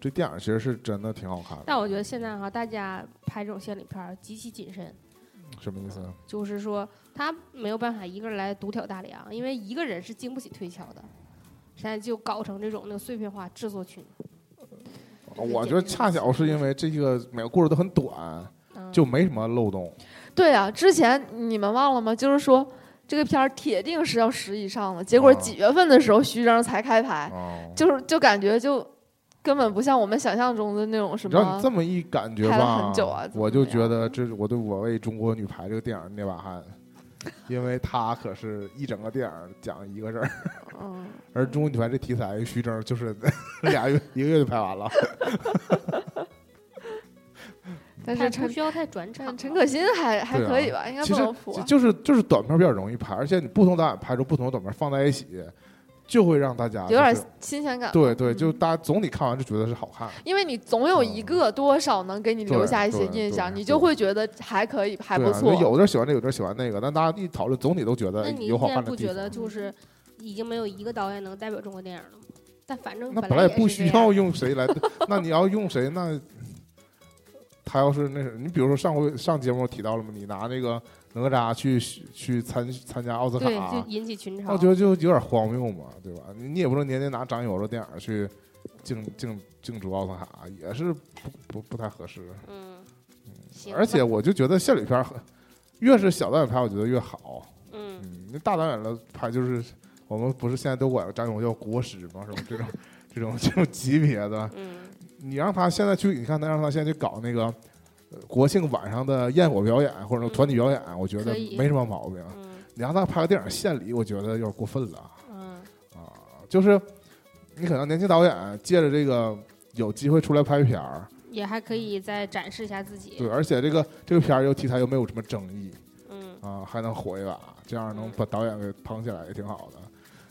Speaker 2: 这电影其实是真的挺好看的，
Speaker 3: 但我觉得现在哈，大家拍这种献礼片儿极其谨慎，
Speaker 2: 什么意思啊？
Speaker 3: 就是说他没有办法一个人来独挑大梁，因为一个人是经不起推敲的。现在就搞成这种那个碎片化制作群，对
Speaker 2: 我觉得恰巧是因为这个每个故事都很短，
Speaker 3: 嗯、
Speaker 2: 就没什么漏洞。
Speaker 4: 对啊，之前你们忘了吗？就是说这个片儿铁定是要十以上的，结果
Speaker 2: 啊
Speaker 4: 几月份的时候徐峥才开
Speaker 3: 哎
Speaker 4: 拍，
Speaker 2: 哦，
Speaker 4: 就是就感觉就根本不像我们想象中的那种
Speaker 2: 你
Speaker 4: 什
Speaker 2: 知道你
Speaker 4: 么
Speaker 2: 这么一感觉
Speaker 4: 拍
Speaker 2: 吧，
Speaker 4: 了很久啊怎么
Speaker 2: 我就
Speaker 4: 怎么
Speaker 2: 觉
Speaker 4: 样
Speaker 2: 得这我对我为中国女排这个电影捏把汗，因为它可是一整个电影讲一个事儿，
Speaker 4: 嗯，
Speaker 2: 而中国女排这题材，徐峥就是 <laughs> 俩月一个月就拍完了。
Speaker 4: 但
Speaker 3: 太
Speaker 4: 是
Speaker 3: 不
Speaker 4: 陈
Speaker 3: 需要太转场了
Speaker 4: 陈。陈可辛还还
Speaker 2: 对啊
Speaker 4: 可以吧，应该
Speaker 2: 其
Speaker 4: 不
Speaker 2: 实
Speaker 4: 能普
Speaker 2: 就
Speaker 4: 啊。
Speaker 2: 就是就是短片比较容易拍，而且你不同导演拍出不同的短片放在一起，就会让大家、
Speaker 4: 有点
Speaker 2: 就是
Speaker 5: 新鲜感。
Speaker 2: 对对，就
Speaker 4: 嗯
Speaker 2: 大家总体看完就觉得是好看的。
Speaker 5: 因为你总有一个多少能给你留
Speaker 2: 嗯对
Speaker 5: 下一些
Speaker 2: 对
Speaker 5: 印象，
Speaker 2: 对
Speaker 5: 你
Speaker 2: 对
Speaker 5: 就会觉得还可以，还
Speaker 2: 对
Speaker 5: 不
Speaker 2: 啊
Speaker 5: 错。
Speaker 2: 就有的人喜欢这，有的人喜欢那个，但大家一讨论，总体都觉得
Speaker 3: 那
Speaker 2: 哎
Speaker 3: 你
Speaker 2: 有好
Speaker 3: 现在
Speaker 2: 看的
Speaker 3: 不
Speaker 2: 地
Speaker 3: 觉
Speaker 2: 方。
Speaker 3: 得就是已经没有一个导演能代表中国电影了吗？但反正
Speaker 2: 那
Speaker 3: 嗯本
Speaker 2: 本来也
Speaker 3: 也
Speaker 2: 不
Speaker 3: 是
Speaker 2: 需
Speaker 3: 这样
Speaker 2: 要用谁来，那你要用谁？那他要是那什，你比如说上回上节目提到了嘛，你拿那个哪吒去去参参加奥斯卡，
Speaker 3: 对，就引起群
Speaker 2: 我
Speaker 3: 嘲
Speaker 2: 觉。得就有点荒谬嘛，对吧？你你也不能年年拿张艺谋的电影去竞竞竞逐奥斯卡，也是不不不太合适。
Speaker 3: 嗯，行吧。
Speaker 2: 而且我就觉得献礼片儿很，越是小导演拍，我觉得越好。
Speaker 3: 嗯，
Speaker 2: 嗯，那大导演的拍就是我们不是现在都管张艺谋叫国师吗？什么这种这种这种级别的，
Speaker 3: 嗯
Speaker 2: 你让他现在去，你看他让他现在去搞那个。呃国庆晚上的焰火表演或者团体表演，我觉得
Speaker 3: 可以
Speaker 2: 没什么毛病。
Speaker 3: 嗯
Speaker 2: 你让他拍个电影献礼，我觉得有点过分了。
Speaker 3: 嗯
Speaker 2: 啊，就是你可能年轻导演借着这个有机会出来拍片儿，
Speaker 3: 也还可以再展示一下自己。
Speaker 2: 对，而且这个这个片儿又题材又没有什么争议
Speaker 3: 嗯，
Speaker 2: 啊，还能火一把，这样能把导演给捧起来也挺好的。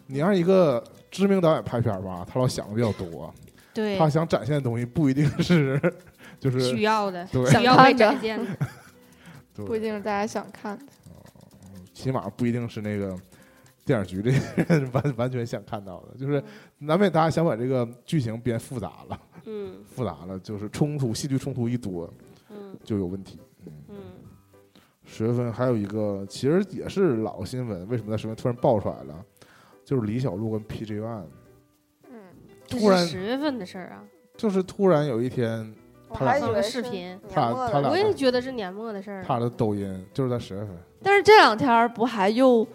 Speaker 2: 你让一个知名导演拍片儿吧，他老想的比较多，
Speaker 3: 对，
Speaker 2: 他想展现的东西不一定是 <laughs> 就是
Speaker 3: 需要的，
Speaker 2: 对
Speaker 3: 需要
Speaker 4: 想
Speaker 3: 被
Speaker 4: 看着
Speaker 3: 展现的。
Speaker 2: 对
Speaker 5: 不一定是大家想看的。
Speaker 2: 起码不一定是那个电影局这完 <laughs> 完全想看到的，就是难免大家想把这个剧情变复杂了，
Speaker 3: 嗯
Speaker 2: 复杂了就是冲突戏剧冲突一多
Speaker 3: 嗯
Speaker 2: 就有问题。
Speaker 3: 嗯
Speaker 2: 十月份还有一个，其实也是老新闻，为什么在十月份突然爆出来了？就是李小璐跟 PG One，
Speaker 5: 嗯，
Speaker 3: 这
Speaker 2: 突然
Speaker 3: 是十月份的事儿啊，
Speaker 2: 就是突然有一天，
Speaker 5: 我
Speaker 2: 他俩
Speaker 5: 还以
Speaker 3: 放
Speaker 5: 为
Speaker 3: 个
Speaker 5: 是
Speaker 3: 视频。
Speaker 5: 年
Speaker 2: 他
Speaker 5: 末
Speaker 2: 他
Speaker 5: 的
Speaker 2: 俩
Speaker 3: 我也觉得是年末嗯的事儿。啊
Speaker 2: 他的抖
Speaker 4: 嗯
Speaker 2: 音就是在十月份，
Speaker 4: 但是这两天儿不还又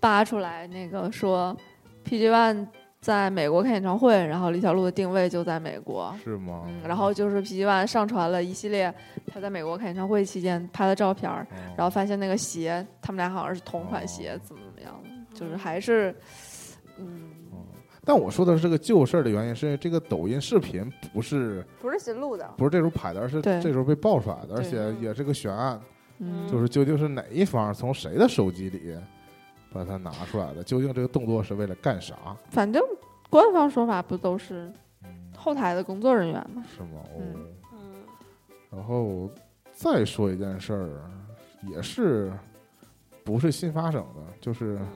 Speaker 4: 扒出来那个说 PG One 在美国开演唱会，然后李小璐的定位就在美国。
Speaker 2: 是吗？
Speaker 4: 嗯，然后就是 PG One 上传了一系列他在美国开演唱会期间拍的照片儿，
Speaker 2: 哦，
Speaker 4: 嗯然后发现那个鞋，他们俩好像是同款鞋
Speaker 2: 哦，
Speaker 4: 怎么怎么样的，就是还是，嗯，
Speaker 2: 哦但我说的是这个旧事儿的原因是，这个抖音视频不是
Speaker 5: 不是新录的，
Speaker 2: 不是这时候拍的，而是
Speaker 4: 对
Speaker 2: 这时候被爆出来的，而
Speaker 4: 对
Speaker 2: 且也是个悬案，
Speaker 4: 嗯
Speaker 2: 就是究竟是哪一方从谁的手机里把它拿出来的？究竟这个动作是为了干啥？
Speaker 4: 反正官方说法不都是
Speaker 2: 嗯
Speaker 4: 后台的工作人员吗？
Speaker 2: 是吗？哦。
Speaker 4: 嗯
Speaker 3: 嗯
Speaker 2: 然后再说一件事儿，也是不是新发生的，就是
Speaker 3: 嗯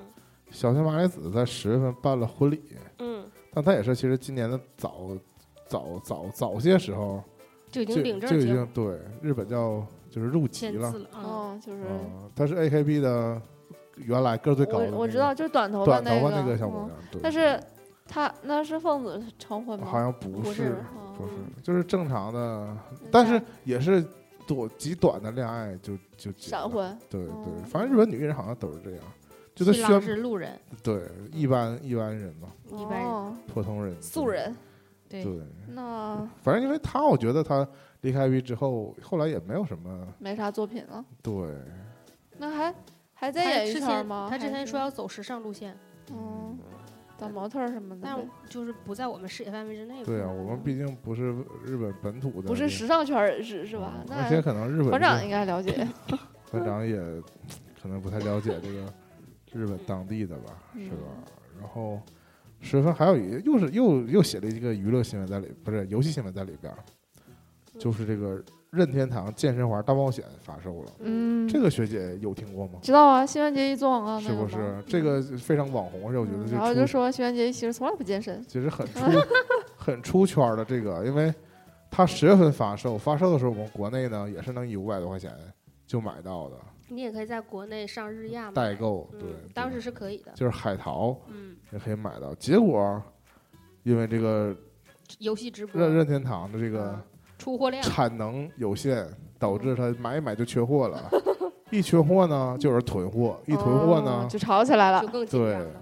Speaker 2: 小田麻里子在十月份办了婚礼，
Speaker 3: 嗯，
Speaker 2: 但她也是其实今年的早早早早些时候
Speaker 3: 就已
Speaker 2: 就
Speaker 3: 经领证
Speaker 2: 就已
Speaker 3: 结
Speaker 2: 经
Speaker 3: 婚
Speaker 2: 对日本叫就是入籍
Speaker 3: 签
Speaker 2: 了
Speaker 3: 字，了。嗯
Speaker 4: 嗯，就是
Speaker 2: 嗯，她是 AKB 的原来个儿最高的、那个，
Speaker 4: 我我知道，就是短头发
Speaker 2: 短头发那个小姑
Speaker 4: 嗯
Speaker 2: 娘，对，
Speaker 4: 但是他那是奉子成婚
Speaker 2: 好
Speaker 4: 吗？
Speaker 2: 像不
Speaker 3: 不
Speaker 2: 是
Speaker 3: 是
Speaker 4: 哦
Speaker 2: 不是，就是正常的，
Speaker 4: 嗯
Speaker 2: 但是也是短极短的恋爱就就结了
Speaker 4: 闪婚，
Speaker 2: 对对
Speaker 4: 哦，
Speaker 2: 反正日本女艺人好像都是这样，就她
Speaker 3: 新郎
Speaker 2: 宣
Speaker 3: 是路人，
Speaker 2: 对一般一般人嘛，
Speaker 3: 一般人。
Speaker 4: 哦
Speaker 2: 普通人
Speaker 4: 素。人。
Speaker 3: 对
Speaker 2: 对，对
Speaker 4: 那
Speaker 2: 反正因为她，我觉得她离开 V 之后，后来也没有什么
Speaker 4: 没啥作品了，
Speaker 2: 对，
Speaker 4: 那还还在
Speaker 3: 他
Speaker 4: 演艺
Speaker 3: 之
Speaker 4: 圈
Speaker 3: 前
Speaker 4: 吗？
Speaker 3: 他之
Speaker 4: 还
Speaker 3: 前
Speaker 4: 是
Speaker 3: 说要走时尚路线，
Speaker 4: 嗯，当模特儿什么的
Speaker 3: 但
Speaker 4: 呗，
Speaker 3: 就是不在我们视野范围之内。
Speaker 2: 对啊，我们毕竟不是日本本土的，
Speaker 4: 不是时尚圈儿是是吧
Speaker 2: 嗯？而且
Speaker 4: 那
Speaker 2: 可能日本
Speaker 4: 团长应
Speaker 2: 这
Speaker 4: 该了解，
Speaker 2: 团
Speaker 4: 嗯
Speaker 2: 长也可能不太了解这个日本当地的吧，
Speaker 4: 嗯
Speaker 2: 是吧？然后十分还有一又是又又写了一个娱乐新闻在里，不是游戏新闻在里边儿，
Speaker 4: 嗯
Speaker 2: 就是这个任天堂健身环大冒险发售了。
Speaker 4: <laughs> 嗯，
Speaker 2: 这个学姐有听过吗？
Speaker 4: 知道啊，新垣结衣做广告那
Speaker 2: 是不
Speaker 4: 个吗
Speaker 2: 是？这个非常网红，而且我觉得
Speaker 4: 嗯
Speaker 2: 就
Speaker 4: 然后就
Speaker 2: 出
Speaker 4: 说新垣结衣其实从来不健身，
Speaker 2: 其实
Speaker 4: <laughs>
Speaker 2: 很出很出圈儿的这个，因为它十月份发售，发售的时候我们国内呢也是能以五百多块钱就买到
Speaker 4: 啊
Speaker 2: 的，
Speaker 3: 你也可以在国内上日亚买
Speaker 2: 代。购对
Speaker 3: 嗯，，当
Speaker 2: 对
Speaker 3: 时是可以的。
Speaker 2: 就是海淘
Speaker 3: 嗯，
Speaker 2: 也可以买到，结果因为这个
Speaker 3: 游戏直播
Speaker 2: 任任天堂的这个
Speaker 3: 嗯出货量，
Speaker 2: 产能有限，导致它买一买就缺货了，一缺货呢就有人囤货，一囤货
Speaker 4: 哦
Speaker 2: 呢
Speaker 4: 就吵起来
Speaker 3: 就
Speaker 4: 了，
Speaker 3: 更紧张了。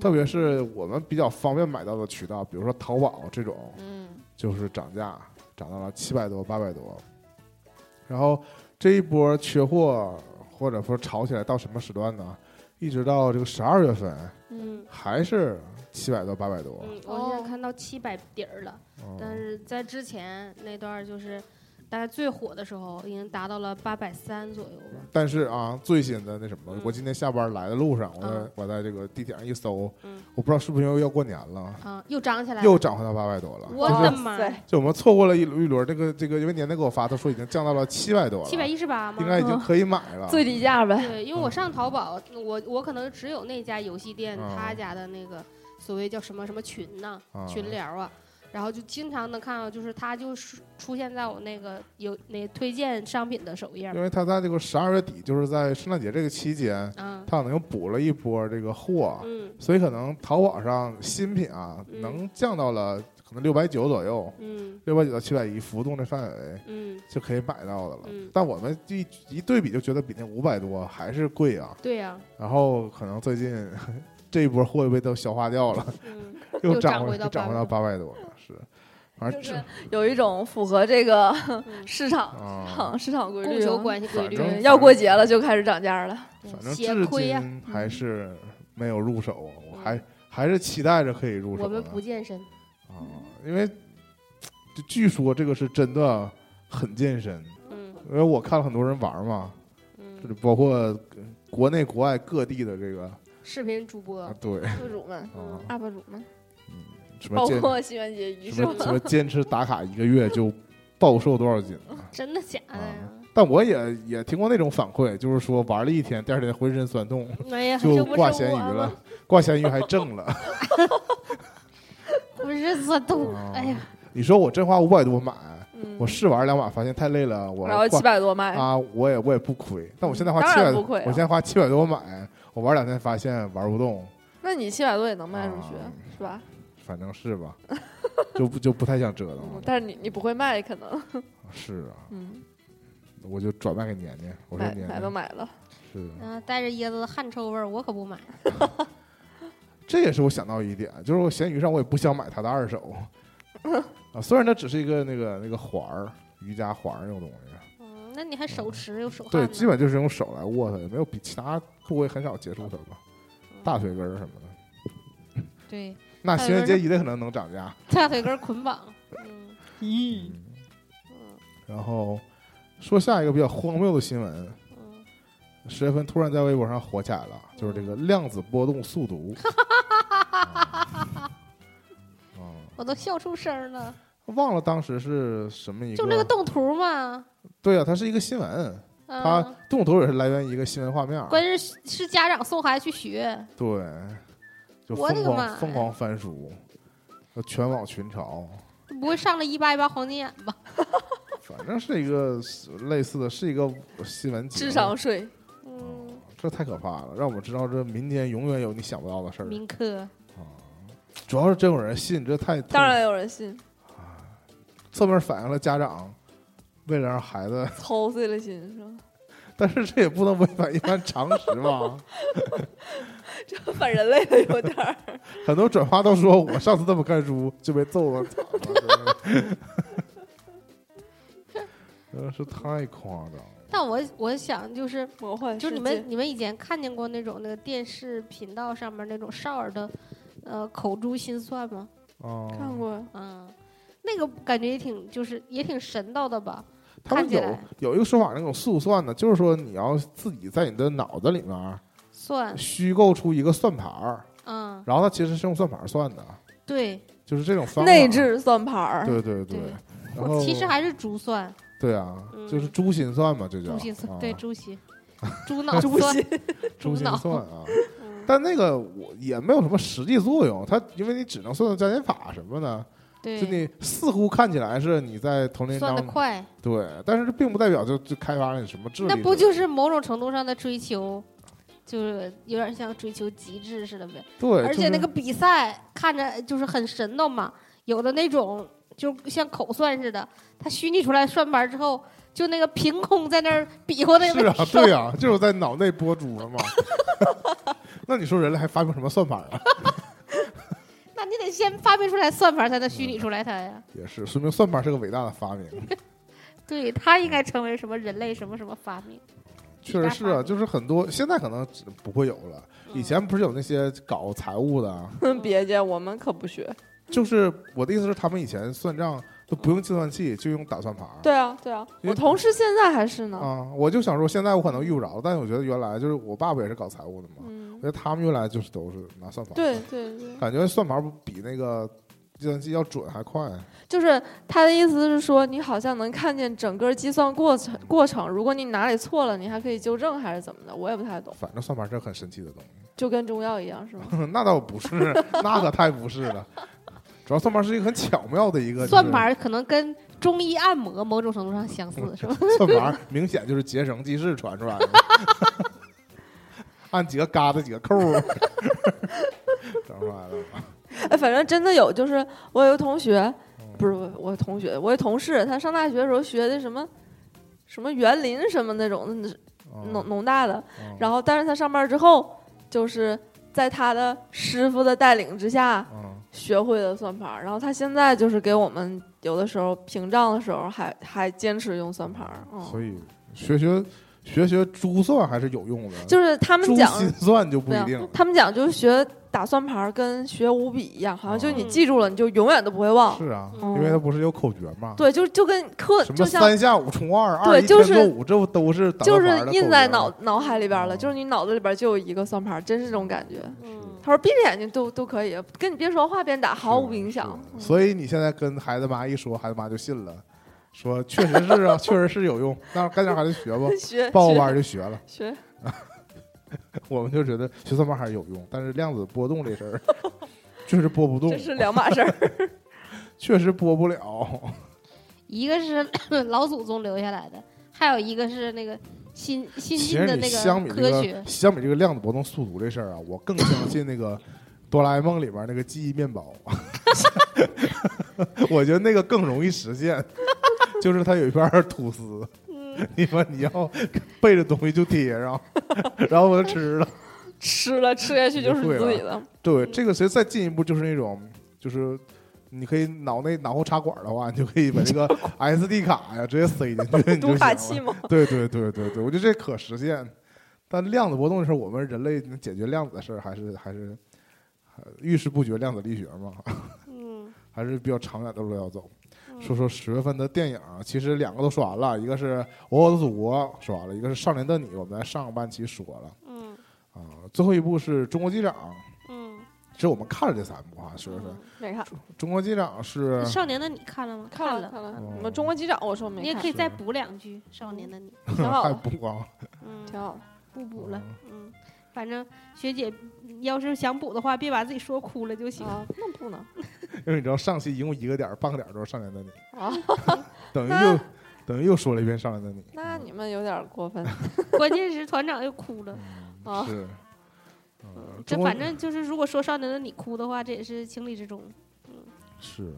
Speaker 2: 特别是我们比较方便买到的渠道，比如说淘宝这种，
Speaker 4: 嗯，
Speaker 2: 就是涨价，涨到了七百多、八百多。然后这一波缺货或者说炒起来到什么时段呢？一直到这个十二月份，
Speaker 3: 嗯
Speaker 2: 还是七百多、八百多。哦
Speaker 3: 嗯，我现在看到七百底儿了，但
Speaker 2: 嗯，
Speaker 3: 是在之前那段儿就是大概最火的时候已经达到了八百三左右吧。
Speaker 2: 但是啊，最新的那什么，
Speaker 3: 嗯
Speaker 2: 我今天下班来的路上，我在、
Speaker 3: 嗯
Speaker 2: 我在这个地铁上一搜，
Speaker 3: 嗯
Speaker 2: 我不知道是不是因为要过年了，
Speaker 3: 啊，又涨起来了，
Speaker 2: 又涨回到八百多了。
Speaker 3: 我
Speaker 2: 就
Speaker 3: 的
Speaker 2: 是
Speaker 3: 妈
Speaker 5: 哇
Speaker 3: 呀，
Speaker 5: 塞
Speaker 2: 就我们错过了一轮一轮，这个这个，因为年代给我发，他说已经降到了七百多了，
Speaker 3: 七百一十八吗？
Speaker 2: 应该嗯已经可以买了。
Speaker 4: 最低价呗。
Speaker 3: 对，因为我上淘宝，我我可能只有那家游戏店
Speaker 2: 啊
Speaker 3: 他家的那个所谓叫什么什么群呐、
Speaker 2: 啊
Speaker 3: 群聊啊，然后就经常能看到，就是它就是出现在我那个有那推荐商品的首页儿
Speaker 2: 因。为他在这个十二月底，就是在圣诞节这个期间，
Speaker 3: 嗯
Speaker 2: 他可能又补了一波这个货，
Speaker 3: 嗯
Speaker 2: 所以可能淘宝上新品啊
Speaker 3: 嗯
Speaker 2: 能降到了可能六百九左右，
Speaker 3: 嗯
Speaker 2: 六百九到七百一浮动的范围
Speaker 3: 嗯，
Speaker 2: 就可以买到的了。
Speaker 3: 嗯
Speaker 2: 但我们一一对比就觉得比那五百多还是贵啊。
Speaker 3: 对呀、
Speaker 2: 然后可能最近 <laughs> 这一波货又被都消化掉
Speaker 3: <laughs>
Speaker 2: 了，
Speaker 3: 嗯，
Speaker 2: 又
Speaker 3: 又
Speaker 2: 涨
Speaker 3: 涨
Speaker 2: 回
Speaker 3: 回到
Speaker 2: 涨回到八百多了，是，反正
Speaker 4: 就
Speaker 2: 这
Speaker 4: 是有一种符合这个
Speaker 3: 嗯
Speaker 4: 市场
Speaker 2: 啊，
Speaker 4: 市场规
Speaker 3: 供
Speaker 4: 律
Speaker 3: 求
Speaker 4: 了。
Speaker 3: 关系规
Speaker 2: 反
Speaker 3: 律
Speaker 2: 正
Speaker 4: 对，要过节了就开始涨价了。
Speaker 3: 嗯
Speaker 2: 反正
Speaker 3: 血
Speaker 2: 至
Speaker 3: 亏呀、啊
Speaker 2: 今还是没有入手，我还还是期待着可以入手
Speaker 3: 我们
Speaker 2: 的
Speaker 3: 不健身，
Speaker 2: 啊，因为就据说这个是真的很健身，
Speaker 3: 嗯
Speaker 2: 因为我看了很多人玩嘛，就是
Speaker 3: 嗯，
Speaker 2: 包括国内国外各地的这个
Speaker 3: 视频主播
Speaker 2: 啊，，对
Speaker 5: 博主
Speaker 4: <laughs>
Speaker 5: 们
Speaker 2: 啊，
Speaker 5: ，UP 主们，
Speaker 2: 什么
Speaker 4: 嗯包
Speaker 2: 健
Speaker 4: 括新垣结衣
Speaker 2: 什
Speaker 4: 是
Speaker 2: 么什
Speaker 4: 吗？
Speaker 2: 么坚持打卡一个月就暴瘦多少
Speaker 4: <laughs>
Speaker 2: 斤啊。
Speaker 3: 真的假的呀？
Speaker 2: 但我也也听过那种反馈，就是说玩了一天，第二天浑身酸
Speaker 4: <laughs>
Speaker 2: 痛，
Speaker 3: 哎呀，
Speaker 2: 就
Speaker 3: 这不
Speaker 2: 挂
Speaker 3: 是
Speaker 2: 咸鱼
Speaker 3: 我
Speaker 2: 了
Speaker 3: 吗？，
Speaker 2: 挂咸鱼还挣了。 <laughs>
Speaker 3: 不是酸痛
Speaker 2: 啊，
Speaker 3: 哎呀，
Speaker 2: 你说我真花五百多买，
Speaker 4: 嗯
Speaker 2: 我试玩两把发现太累了，我
Speaker 4: 然后
Speaker 2: 挂
Speaker 4: 七百多卖，
Speaker 2: 啊，我也我也不亏。但我现在花
Speaker 4: 当
Speaker 2: 七百，
Speaker 4: 然不
Speaker 2: 我
Speaker 4: 亏啊
Speaker 2: 现在花七百多买，我玩两天发现玩不动，
Speaker 4: 那你七百多也能卖出去
Speaker 2: 啊
Speaker 4: 是吧？
Speaker 2: 反正是
Speaker 4: <laughs>
Speaker 2: 吧，就不就不太想折腾
Speaker 4: 嗯
Speaker 2: 了。
Speaker 4: 但是你你不会卖，可能
Speaker 2: 是啊，
Speaker 4: 嗯，
Speaker 2: 我就转卖给年年，我说
Speaker 4: 买
Speaker 2: 年
Speaker 4: 买都
Speaker 2: 年
Speaker 4: 买了，
Speaker 2: 是。啊
Speaker 3: 嗯，带着椰子的汗臭味儿，我可不买。
Speaker 2: 这也是我想到一点，就是我闲鱼上我也不想买它的二
Speaker 3: <laughs>
Speaker 2: 手啊，虽然它只是一个那个那个环儿，瑜伽环儿那种东西，
Speaker 3: 嗯，那你还手持又手汗
Speaker 2: 对，
Speaker 3: 呢？
Speaker 2: 基本就是用手来握它，也没有比其他部位很少接触它吧，
Speaker 3: 嗯
Speaker 2: 大腿根儿什么的。
Speaker 3: 对，
Speaker 2: 那
Speaker 3: 大
Speaker 2: 新垣
Speaker 3: 腿根
Speaker 2: 结
Speaker 3: 儿
Speaker 2: 衣的可能能涨价，
Speaker 3: 大腿根儿捆
Speaker 2: <laughs>
Speaker 3: 绑。嗯
Speaker 4: 咦，
Speaker 3: 嗯
Speaker 2: 然后说下一个比较荒谬的新闻，
Speaker 3: 嗯，
Speaker 2: 十月份突然在微博上火起来了，就是这个量子波动速
Speaker 3: <laughs>
Speaker 2: 读。啊、啊
Speaker 3: 我都笑出声儿了。
Speaker 2: 忘了当时是什么一个，
Speaker 3: 就那个动图嘛，
Speaker 2: 对啊，它是一个新闻，它
Speaker 3: 嗯，
Speaker 2: 动图也是来源于一个新闻画面儿，
Speaker 3: 关键是是家长送孩子去学，
Speaker 2: 对，就
Speaker 3: 我的
Speaker 2: 疯
Speaker 3: 个妈
Speaker 2: 狂
Speaker 3: 呀
Speaker 2: 疯狂翻书，呃全网群嘲，
Speaker 3: 不会上了一八一八黄金眼吧？
Speaker 2: 反正是一个类似的，是一个新闻节目
Speaker 4: 智商税，
Speaker 3: 嗯，
Speaker 2: 这太可怕了，让我们知道这民间永远有你想不到的事儿。
Speaker 3: 民科，
Speaker 2: 主要是这种人信，这太
Speaker 4: 当然有人信， <laughs>
Speaker 2: 侧面反映了家长为了让孩子， <laughs>
Speaker 4: 操碎了心是吧？
Speaker 2: 但是这也不能违反一般常识吧？
Speaker 4: 这 <laughs> 反人类了有点儿。
Speaker 2: 很多转发都说我上次这么看书就被揍
Speaker 3: <laughs>
Speaker 2: 了，惨了真的，真的是太夸张了。
Speaker 3: 但我我想就是。
Speaker 4: 魔幻
Speaker 3: 就是
Speaker 4: 世
Speaker 3: 你
Speaker 4: 界
Speaker 3: 们你们以前看见过那种那个电视频道上面那种少儿的，呃，口诛心算吗？
Speaker 2: 哦，
Speaker 4: 看过
Speaker 3: 嗯，那个感觉也挺就是也挺神道的吧？
Speaker 2: 嗯他
Speaker 3: 看
Speaker 2: 们
Speaker 3: 起
Speaker 2: 有
Speaker 3: 来
Speaker 2: 有一个说法，那种速算呢，就是说你要自己在你的脑子里面
Speaker 3: 嗯
Speaker 2: 儿
Speaker 3: 算，
Speaker 2: 虚构出一个算盘儿，
Speaker 3: 嗯，
Speaker 2: 然后它其实是用算盘儿算的，
Speaker 3: 对，
Speaker 2: 就是这种方法
Speaker 4: 内。置算盘儿，
Speaker 2: 对对
Speaker 3: 对
Speaker 2: 然后
Speaker 3: 其实还是竹算，
Speaker 2: 对啊，
Speaker 3: 嗯
Speaker 2: 就是珠心算嘛，这叫
Speaker 3: 猪心算，
Speaker 2: 啊
Speaker 3: 对，
Speaker 2: <laughs>
Speaker 3: 猪心，猪脑
Speaker 4: 诛
Speaker 3: 算，
Speaker 4: 心
Speaker 2: 珠
Speaker 3: 猪
Speaker 2: 心
Speaker 3: 脑，
Speaker 2: 算啊。
Speaker 3: 嗯
Speaker 2: 但那个我也没有什么实际作用，它因为你只能算算加减法什么的，就
Speaker 3: 对，
Speaker 2: 你似乎看起来是你在同龄
Speaker 3: 算
Speaker 2: 当
Speaker 3: 得快，
Speaker 2: 对，但是这并不代表就就开发了你什么智力之
Speaker 3: 那
Speaker 2: 类的。
Speaker 3: 不就是某种程度上的追求，就是有点像追求极致似的呗。
Speaker 2: 对？
Speaker 3: 而
Speaker 2: 就
Speaker 3: 且
Speaker 2: 是
Speaker 3: 那个比赛看着就是很神的嘛，有的那种就像口算似的，他虚拟出来算盘之后，就那个凭空在那儿比划那
Speaker 2: 是
Speaker 3: 个
Speaker 2: 啊，
Speaker 3: 手
Speaker 2: 对啊，就是在脑内播猪了嘛。 <laughs> 那你说人类还发明什么算法啊？
Speaker 3: 那你得先发明出来算法，才能虚拟出来它呀。
Speaker 2: 也是，说明算法是个伟大的发明。
Speaker 3: <laughs>
Speaker 2: 嗯
Speaker 3: 对，它应该成为什么人类什么什么发明。
Speaker 2: 确实是啊，
Speaker 3: 是
Speaker 2: 就是很多现在可能只不会有了，
Speaker 3: 嗯
Speaker 2: 以前不是有那些搞财务的啊，
Speaker 4: <laughs>
Speaker 2: 啊
Speaker 4: 别介，我们可不学。
Speaker 2: 就是我的意思是，他们以前算账，都不用计算器，就用打算盘。
Speaker 4: 对啊，对啊，
Speaker 2: 因为
Speaker 4: 我同事现在还是呢。
Speaker 2: 啊，我就想说，现在我可能遇不着，但是我觉得原来就是我爸爸也是搞财务的嘛，我
Speaker 4: 嗯
Speaker 2: 觉，得他们原来就是都是拿算盘。
Speaker 4: 对，对对，
Speaker 2: 感觉算盘比那个计算机要准还快。
Speaker 4: 就是他的意思是说，你好像能看见整个计算过程过程，如果你哪里错了，你还可以纠正还是怎么的，我也不太懂，
Speaker 2: 反正算盘是很神奇的东西， <laughs>
Speaker 4: 就跟中药一样是吗？ <laughs>
Speaker 2: 那倒不是，那可太不是了。主要算盘是一个很巧妙的一个
Speaker 3: 算盘，儿可能跟中医按摩某种程度上相
Speaker 2: 嗯
Speaker 3: 似，是吧？
Speaker 2: 算盘明显就是结绳记事传出来的， <laughs> 按几个嘎子几个扣儿整出来了。
Speaker 4: 哎，反正真的有，就是我有个同学，
Speaker 2: 嗯
Speaker 4: 不是我我同学，我有同事，他上大学的时候学的什么什么园林什么那种农
Speaker 2: 嗯，
Speaker 4: 农大的，
Speaker 2: 嗯
Speaker 4: 然后但是他上班之后，就是在他的师傅的带领之下
Speaker 2: 嗯
Speaker 4: 学会了算盘儿，然后他现在就是给我们有的时候平账的时候还还坚持用算盘儿，嗯，
Speaker 2: 所以学学学学珠算还是有用的，
Speaker 4: 就是他们
Speaker 2: 珠
Speaker 4: 讲啊
Speaker 2: 心算就不
Speaker 4: 没
Speaker 2: 一
Speaker 4: 有
Speaker 2: 定了。
Speaker 4: 他们讲就是学打算盘儿跟学五笔一样，好像就是你
Speaker 3: 嗯
Speaker 4: 记住了你就永远都不会忘，
Speaker 2: 是啊，
Speaker 3: 嗯
Speaker 2: 因为它不是有口诀嘛，
Speaker 4: 对，就就跟 <laughs> 课
Speaker 2: 什
Speaker 4: 就
Speaker 2: 么
Speaker 4: 像。
Speaker 2: 三下五除二，二
Speaker 4: 对
Speaker 2: 一
Speaker 4: 就
Speaker 2: 天作
Speaker 4: 是
Speaker 2: 五，这不都是打
Speaker 4: 就
Speaker 2: 算
Speaker 4: 是
Speaker 2: 盘的口啊
Speaker 4: 印
Speaker 2: 诀
Speaker 4: 在
Speaker 2: 吗
Speaker 4: 脑脑海里边儿了，
Speaker 2: 嗯
Speaker 4: 就是你脑子里边儿就有一个算盘儿，真是这种感觉。
Speaker 3: 嗯，
Speaker 4: 他说闭着眼睛都都可以，跟你边说话边打，毫无影响。嗯
Speaker 2: 是所以你现在跟孩子妈一说，孩子妈就信了，说确实是啊，确实是有用。那该让孩子
Speaker 4: <laughs>
Speaker 2: 学吧，
Speaker 4: 学
Speaker 2: 报个班儿就学了。
Speaker 4: 学学，
Speaker 2: 我们就觉得学算盘还是有用，但是量子波动这事儿 <laughs> 确实波不动
Speaker 4: 这，是两码事儿。
Speaker 2: 确实波不了。
Speaker 3: 一个是 <coughs> 老祖宗留下来的，还有一个是那个新新
Speaker 2: 其
Speaker 3: 进
Speaker 2: 实
Speaker 3: 的
Speaker 2: 你
Speaker 3: 那
Speaker 2: 相比这
Speaker 3: 科学
Speaker 2: <laughs> 个，相比这个量子波动速读这事儿啊，我更相信那个哆啦 A 梦里边那个记忆面包， <laughs> 我觉得那个更容易实现。 <laughs> 就是它有一片儿吐司，
Speaker 3: 嗯
Speaker 2: 你说你要背着东西就贴上， <laughs> 然后我就吃了。
Speaker 4: 吃了吃下去就是自己的，
Speaker 2: 对，这个其实再进一步就是那种，就是你可以脑内脑后插管的话，你就可以把这个 <laughs> SD 卡呀直接塞进去，你就
Speaker 4: 读
Speaker 2: 行
Speaker 4: 卡器
Speaker 2: 了。
Speaker 4: 嘛。
Speaker 2: <laughs>
Speaker 4: <laughs>
Speaker 2: 对对对对对，我觉得这可实现。但量子波动的事儿，我们人类能解决量子的事儿，还是还是呃遇事不决量子力学嘛， <laughs>
Speaker 3: 嗯，
Speaker 2: 还是比较长远的路要走。
Speaker 3: 嗯
Speaker 2: 说说十月份的电影啊，其实两个都说完了，一个是呃《我我的祖国》说完了，一个是《少年的你》，我们在上半期说了
Speaker 3: 嗯
Speaker 2: 啊、最后一部是《中国机长》，
Speaker 3: 嗯
Speaker 2: 其实我们看了这三部啊，十月份。
Speaker 4: 没看，
Speaker 2: <laughs> 中国机长是
Speaker 3: 嗯，少年的你看了吗？
Speaker 4: 看了
Speaker 3: 了，
Speaker 4: 看了。
Speaker 2: 哦
Speaker 4: 你们中国机长，我说
Speaker 3: 你
Speaker 4: 没
Speaker 3: 也
Speaker 4: 看
Speaker 3: 可，以再补两句《少年的你》，
Speaker 4: 挺好
Speaker 2: 还
Speaker 4: 的，
Speaker 2: 不光
Speaker 3: 嗯，
Speaker 4: <laughs> 挺好的。
Speaker 3: 不补了，嗯，反正学姐嗯要是想补的话，别把自己说哭了就行。
Speaker 4: 啊，那不能
Speaker 2: 因为你知道上期一共一个点儿，半个点儿都是上年的你，
Speaker 4: <laughs> 啊，
Speaker 2: 等于
Speaker 4: 那
Speaker 2: 又等于又说了一遍上年的你。
Speaker 4: 那你们有点过分。
Speaker 3: <laughs> 关键是团长又哭了。
Speaker 2: 嗯
Speaker 4: 啊
Speaker 2: 是，嗯
Speaker 3: 哦这
Speaker 2: 中国
Speaker 3: 反正就是，如果说少年的你哭的话，这也是情理之中。
Speaker 2: 是，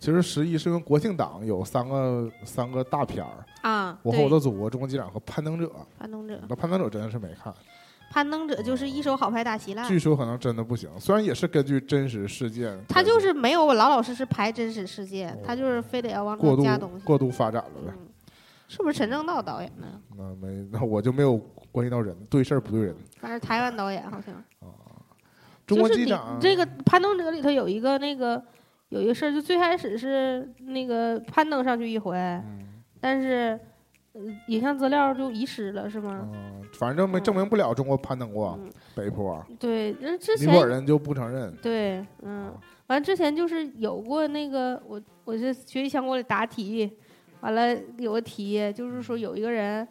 Speaker 2: 其实十一是跟国庆档有三个三个大片儿，《
Speaker 3: 啊，
Speaker 2: 我和我的祖国》《中国机长》和《攀登者》。
Speaker 3: 攀登者，
Speaker 2: 那《攀登者》真的是没看，
Speaker 3: 攀登者就是一手好牌打稀烂，
Speaker 4: 嗯
Speaker 2: 据说可能真的不行。虽然也是根据真实事件，
Speaker 3: 他就是没有老老实实排真实事件
Speaker 2: 哦，
Speaker 3: 他就是非得要往
Speaker 2: 过
Speaker 3: 里
Speaker 2: 度
Speaker 3: 加东西。
Speaker 2: 过度发展了呗。
Speaker 3: 嗯，是不是陈正道导演的？
Speaker 2: 那没，那我就没有关系到人，对事儿不对人。
Speaker 3: 反正台湾导演好像。
Speaker 2: 中国
Speaker 3: 就是
Speaker 2: 机
Speaker 3: 你
Speaker 2: 长
Speaker 3: 这个攀登者里头有一个那个有一个事儿，就最开始是那个攀登上去一回，
Speaker 2: 嗯
Speaker 3: 但是呃影像资料就遗失了，是吗？
Speaker 2: 嗯，反正没证明不了中国攀登过
Speaker 3: 嗯
Speaker 2: 北坡，
Speaker 3: 对，那之
Speaker 2: 尼
Speaker 3: 前
Speaker 2: 泊尔人就不承认。
Speaker 3: 对，嗯，完之前就是有过那个我我是学习相关的答题，完了有个题就是说有一个人。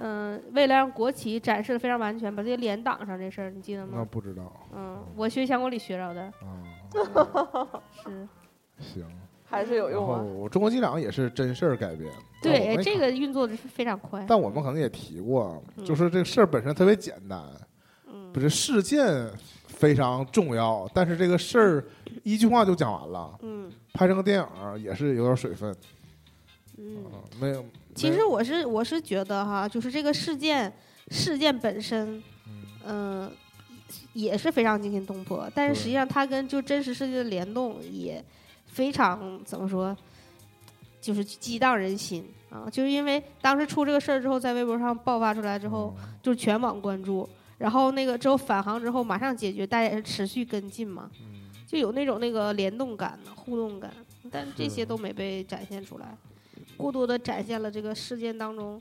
Speaker 3: 嗯，为了让国旗展示的非常完全，把自己脸挡上这事儿，你记得
Speaker 2: 那
Speaker 3: 吗？
Speaker 2: 不知道
Speaker 3: 嗯，我学习相关里学着的，
Speaker 2: 啊，
Speaker 3: <laughs> 是
Speaker 2: 行。
Speaker 4: 还是有
Speaker 2: 然
Speaker 4: 用啊。
Speaker 2: 后中国机长也是真事儿改编，但哦我
Speaker 3: 对
Speaker 2: 们
Speaker 3: 这个运作的是非常快。
Speaker 2: 但我们可能也提过，
Speaker 3: 嗯
Speaker 2: 就是这个事儿本身特别简单，
Speaker 3: 嗯
Speaker 2: 不是事件非常重要，但是这个事儿一句话就讲完了，
Speaker 3: 嗯
Speaker 2: 拍成个电影儿也是有点水分，
Speaker 3: 嗯，
Speaker 2: 啊没有。
Speaker 3: 其
Speaker 2: 没
Speaker 3: 实
Speaker 2: 有
Speaker 3: 我是我是觉得哈，就是这个事件事件本身，
Speaker 2: 嗯
Speaker 3: 嗯、也是非常惊心动魄，但是
Speaker 2: 对
Speaker 3: 实际上它跟就真实世界的联动也非常怎么说，就是激荡人心啊！就是因为当时出这个事儿之后，在微博上爆发出来之后，
Speaker 2: 嗯
Speaker 3: 就是全网关注。然后那个之后返航之后马上解决，大家也是持续跟进嘛，
Speaker 2: 嗯
Speaker 3: 就有那种那个联动感、互动感。但这些都没被展现出来，过多的展现了这个事件当中，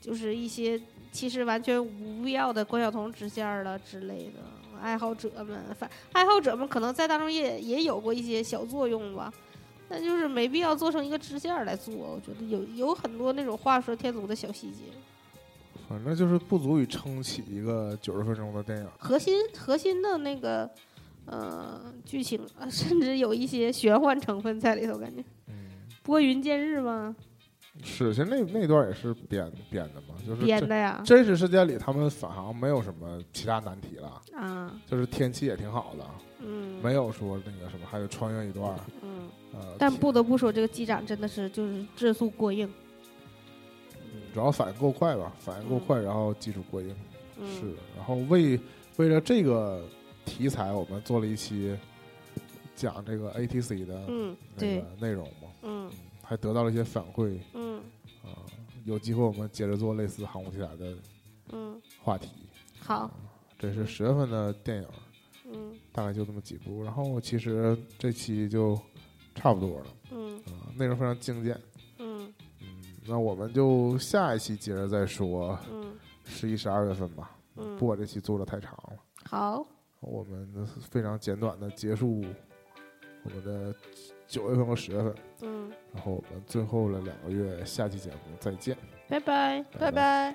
Speaker 3: 就是一些其实完全无必要的关晓彤支线儿了之类的。爱好者们，反爱好者们可能在当中也也有过一些小作用吧，但就是没必要做成一个支线儿来做。我觉得有有很多那种画蛇添足的小细节。
Speaker 2: 反正就是不足以撑起一个九十分钟的电影。
Speaker 3: 核心核心的那个呃剧情， <laughs> 呃甚至有一些玄幻成分在里头，感觉
Speaker 2: 嗯，
Speaker 3: 拨云见日吗？
Speaker 2: 是，其实那那段也是编编的嘛，就是
Speaker 3: 编
Speaker 2: 真
Speaker 3: 的呀
Speaker 2: 真实事件里他们返航没有什么其他难题了，
Speaker 3: 啊，
Speaker 2: 就是天气也挺好的，
Speaker 3: 嗯，
Speaker 2: 没有说那个什么还得穿越一段儿，
Speaker 3: 嗯，
Speaker 2: 呃，
Speaker 3: <laughs> 但
Speaker 2: 挺
Speaker 3: 不得不说，这个机长真的是就是质素过硬，
Speaker 2: 主要反应够快吧，反应够快，然后技术过硬
Speaker 3: 嗯，
Speaker 2: 是，然后为为了这个题材，我们做了一期讲这个 ATC 的
Speaker 3: 嗯，
Speaker 2: 那
Speaker 3: 对
Speaker 2: 个，内容嘛，
Speaker 3: 嗯
Speaker 2: 还得到了一些反馈
Speaker 3: 嗯
Speaker 2: 啊、有机会我们接着做类似航空题材的
Speaker 3: 嗯，
Speaker 2: 话题。嗯
Speaker 3: 好，
Speaker 2: 这是十月份的电影，
Speaker 3: 嗯
Speaker 2: 大概就这么几部。然后其实这期就差不多了
Speaker 3: 嗯
Speaker 2: 啊、内容非常精简。
Speaker 3: 嗯
Speaker 2: 嗯，那我们就下一期接着再说
Speaker 3: 嗯
Speaker 2: 十一、十二月份吧，
Speaker 3: 嗯
Speaker 2: 不把这期做的太长了。
Speaker 3: 好，
Speaker 2: 我们非常简短的结束我们的九月份和十月份，
Speaker 3: 嗯，
Speaker 2: 然后我们最后的两个月下期节目再见，
Speaker 3: 拜拜。
Speaker 5: 拜拜。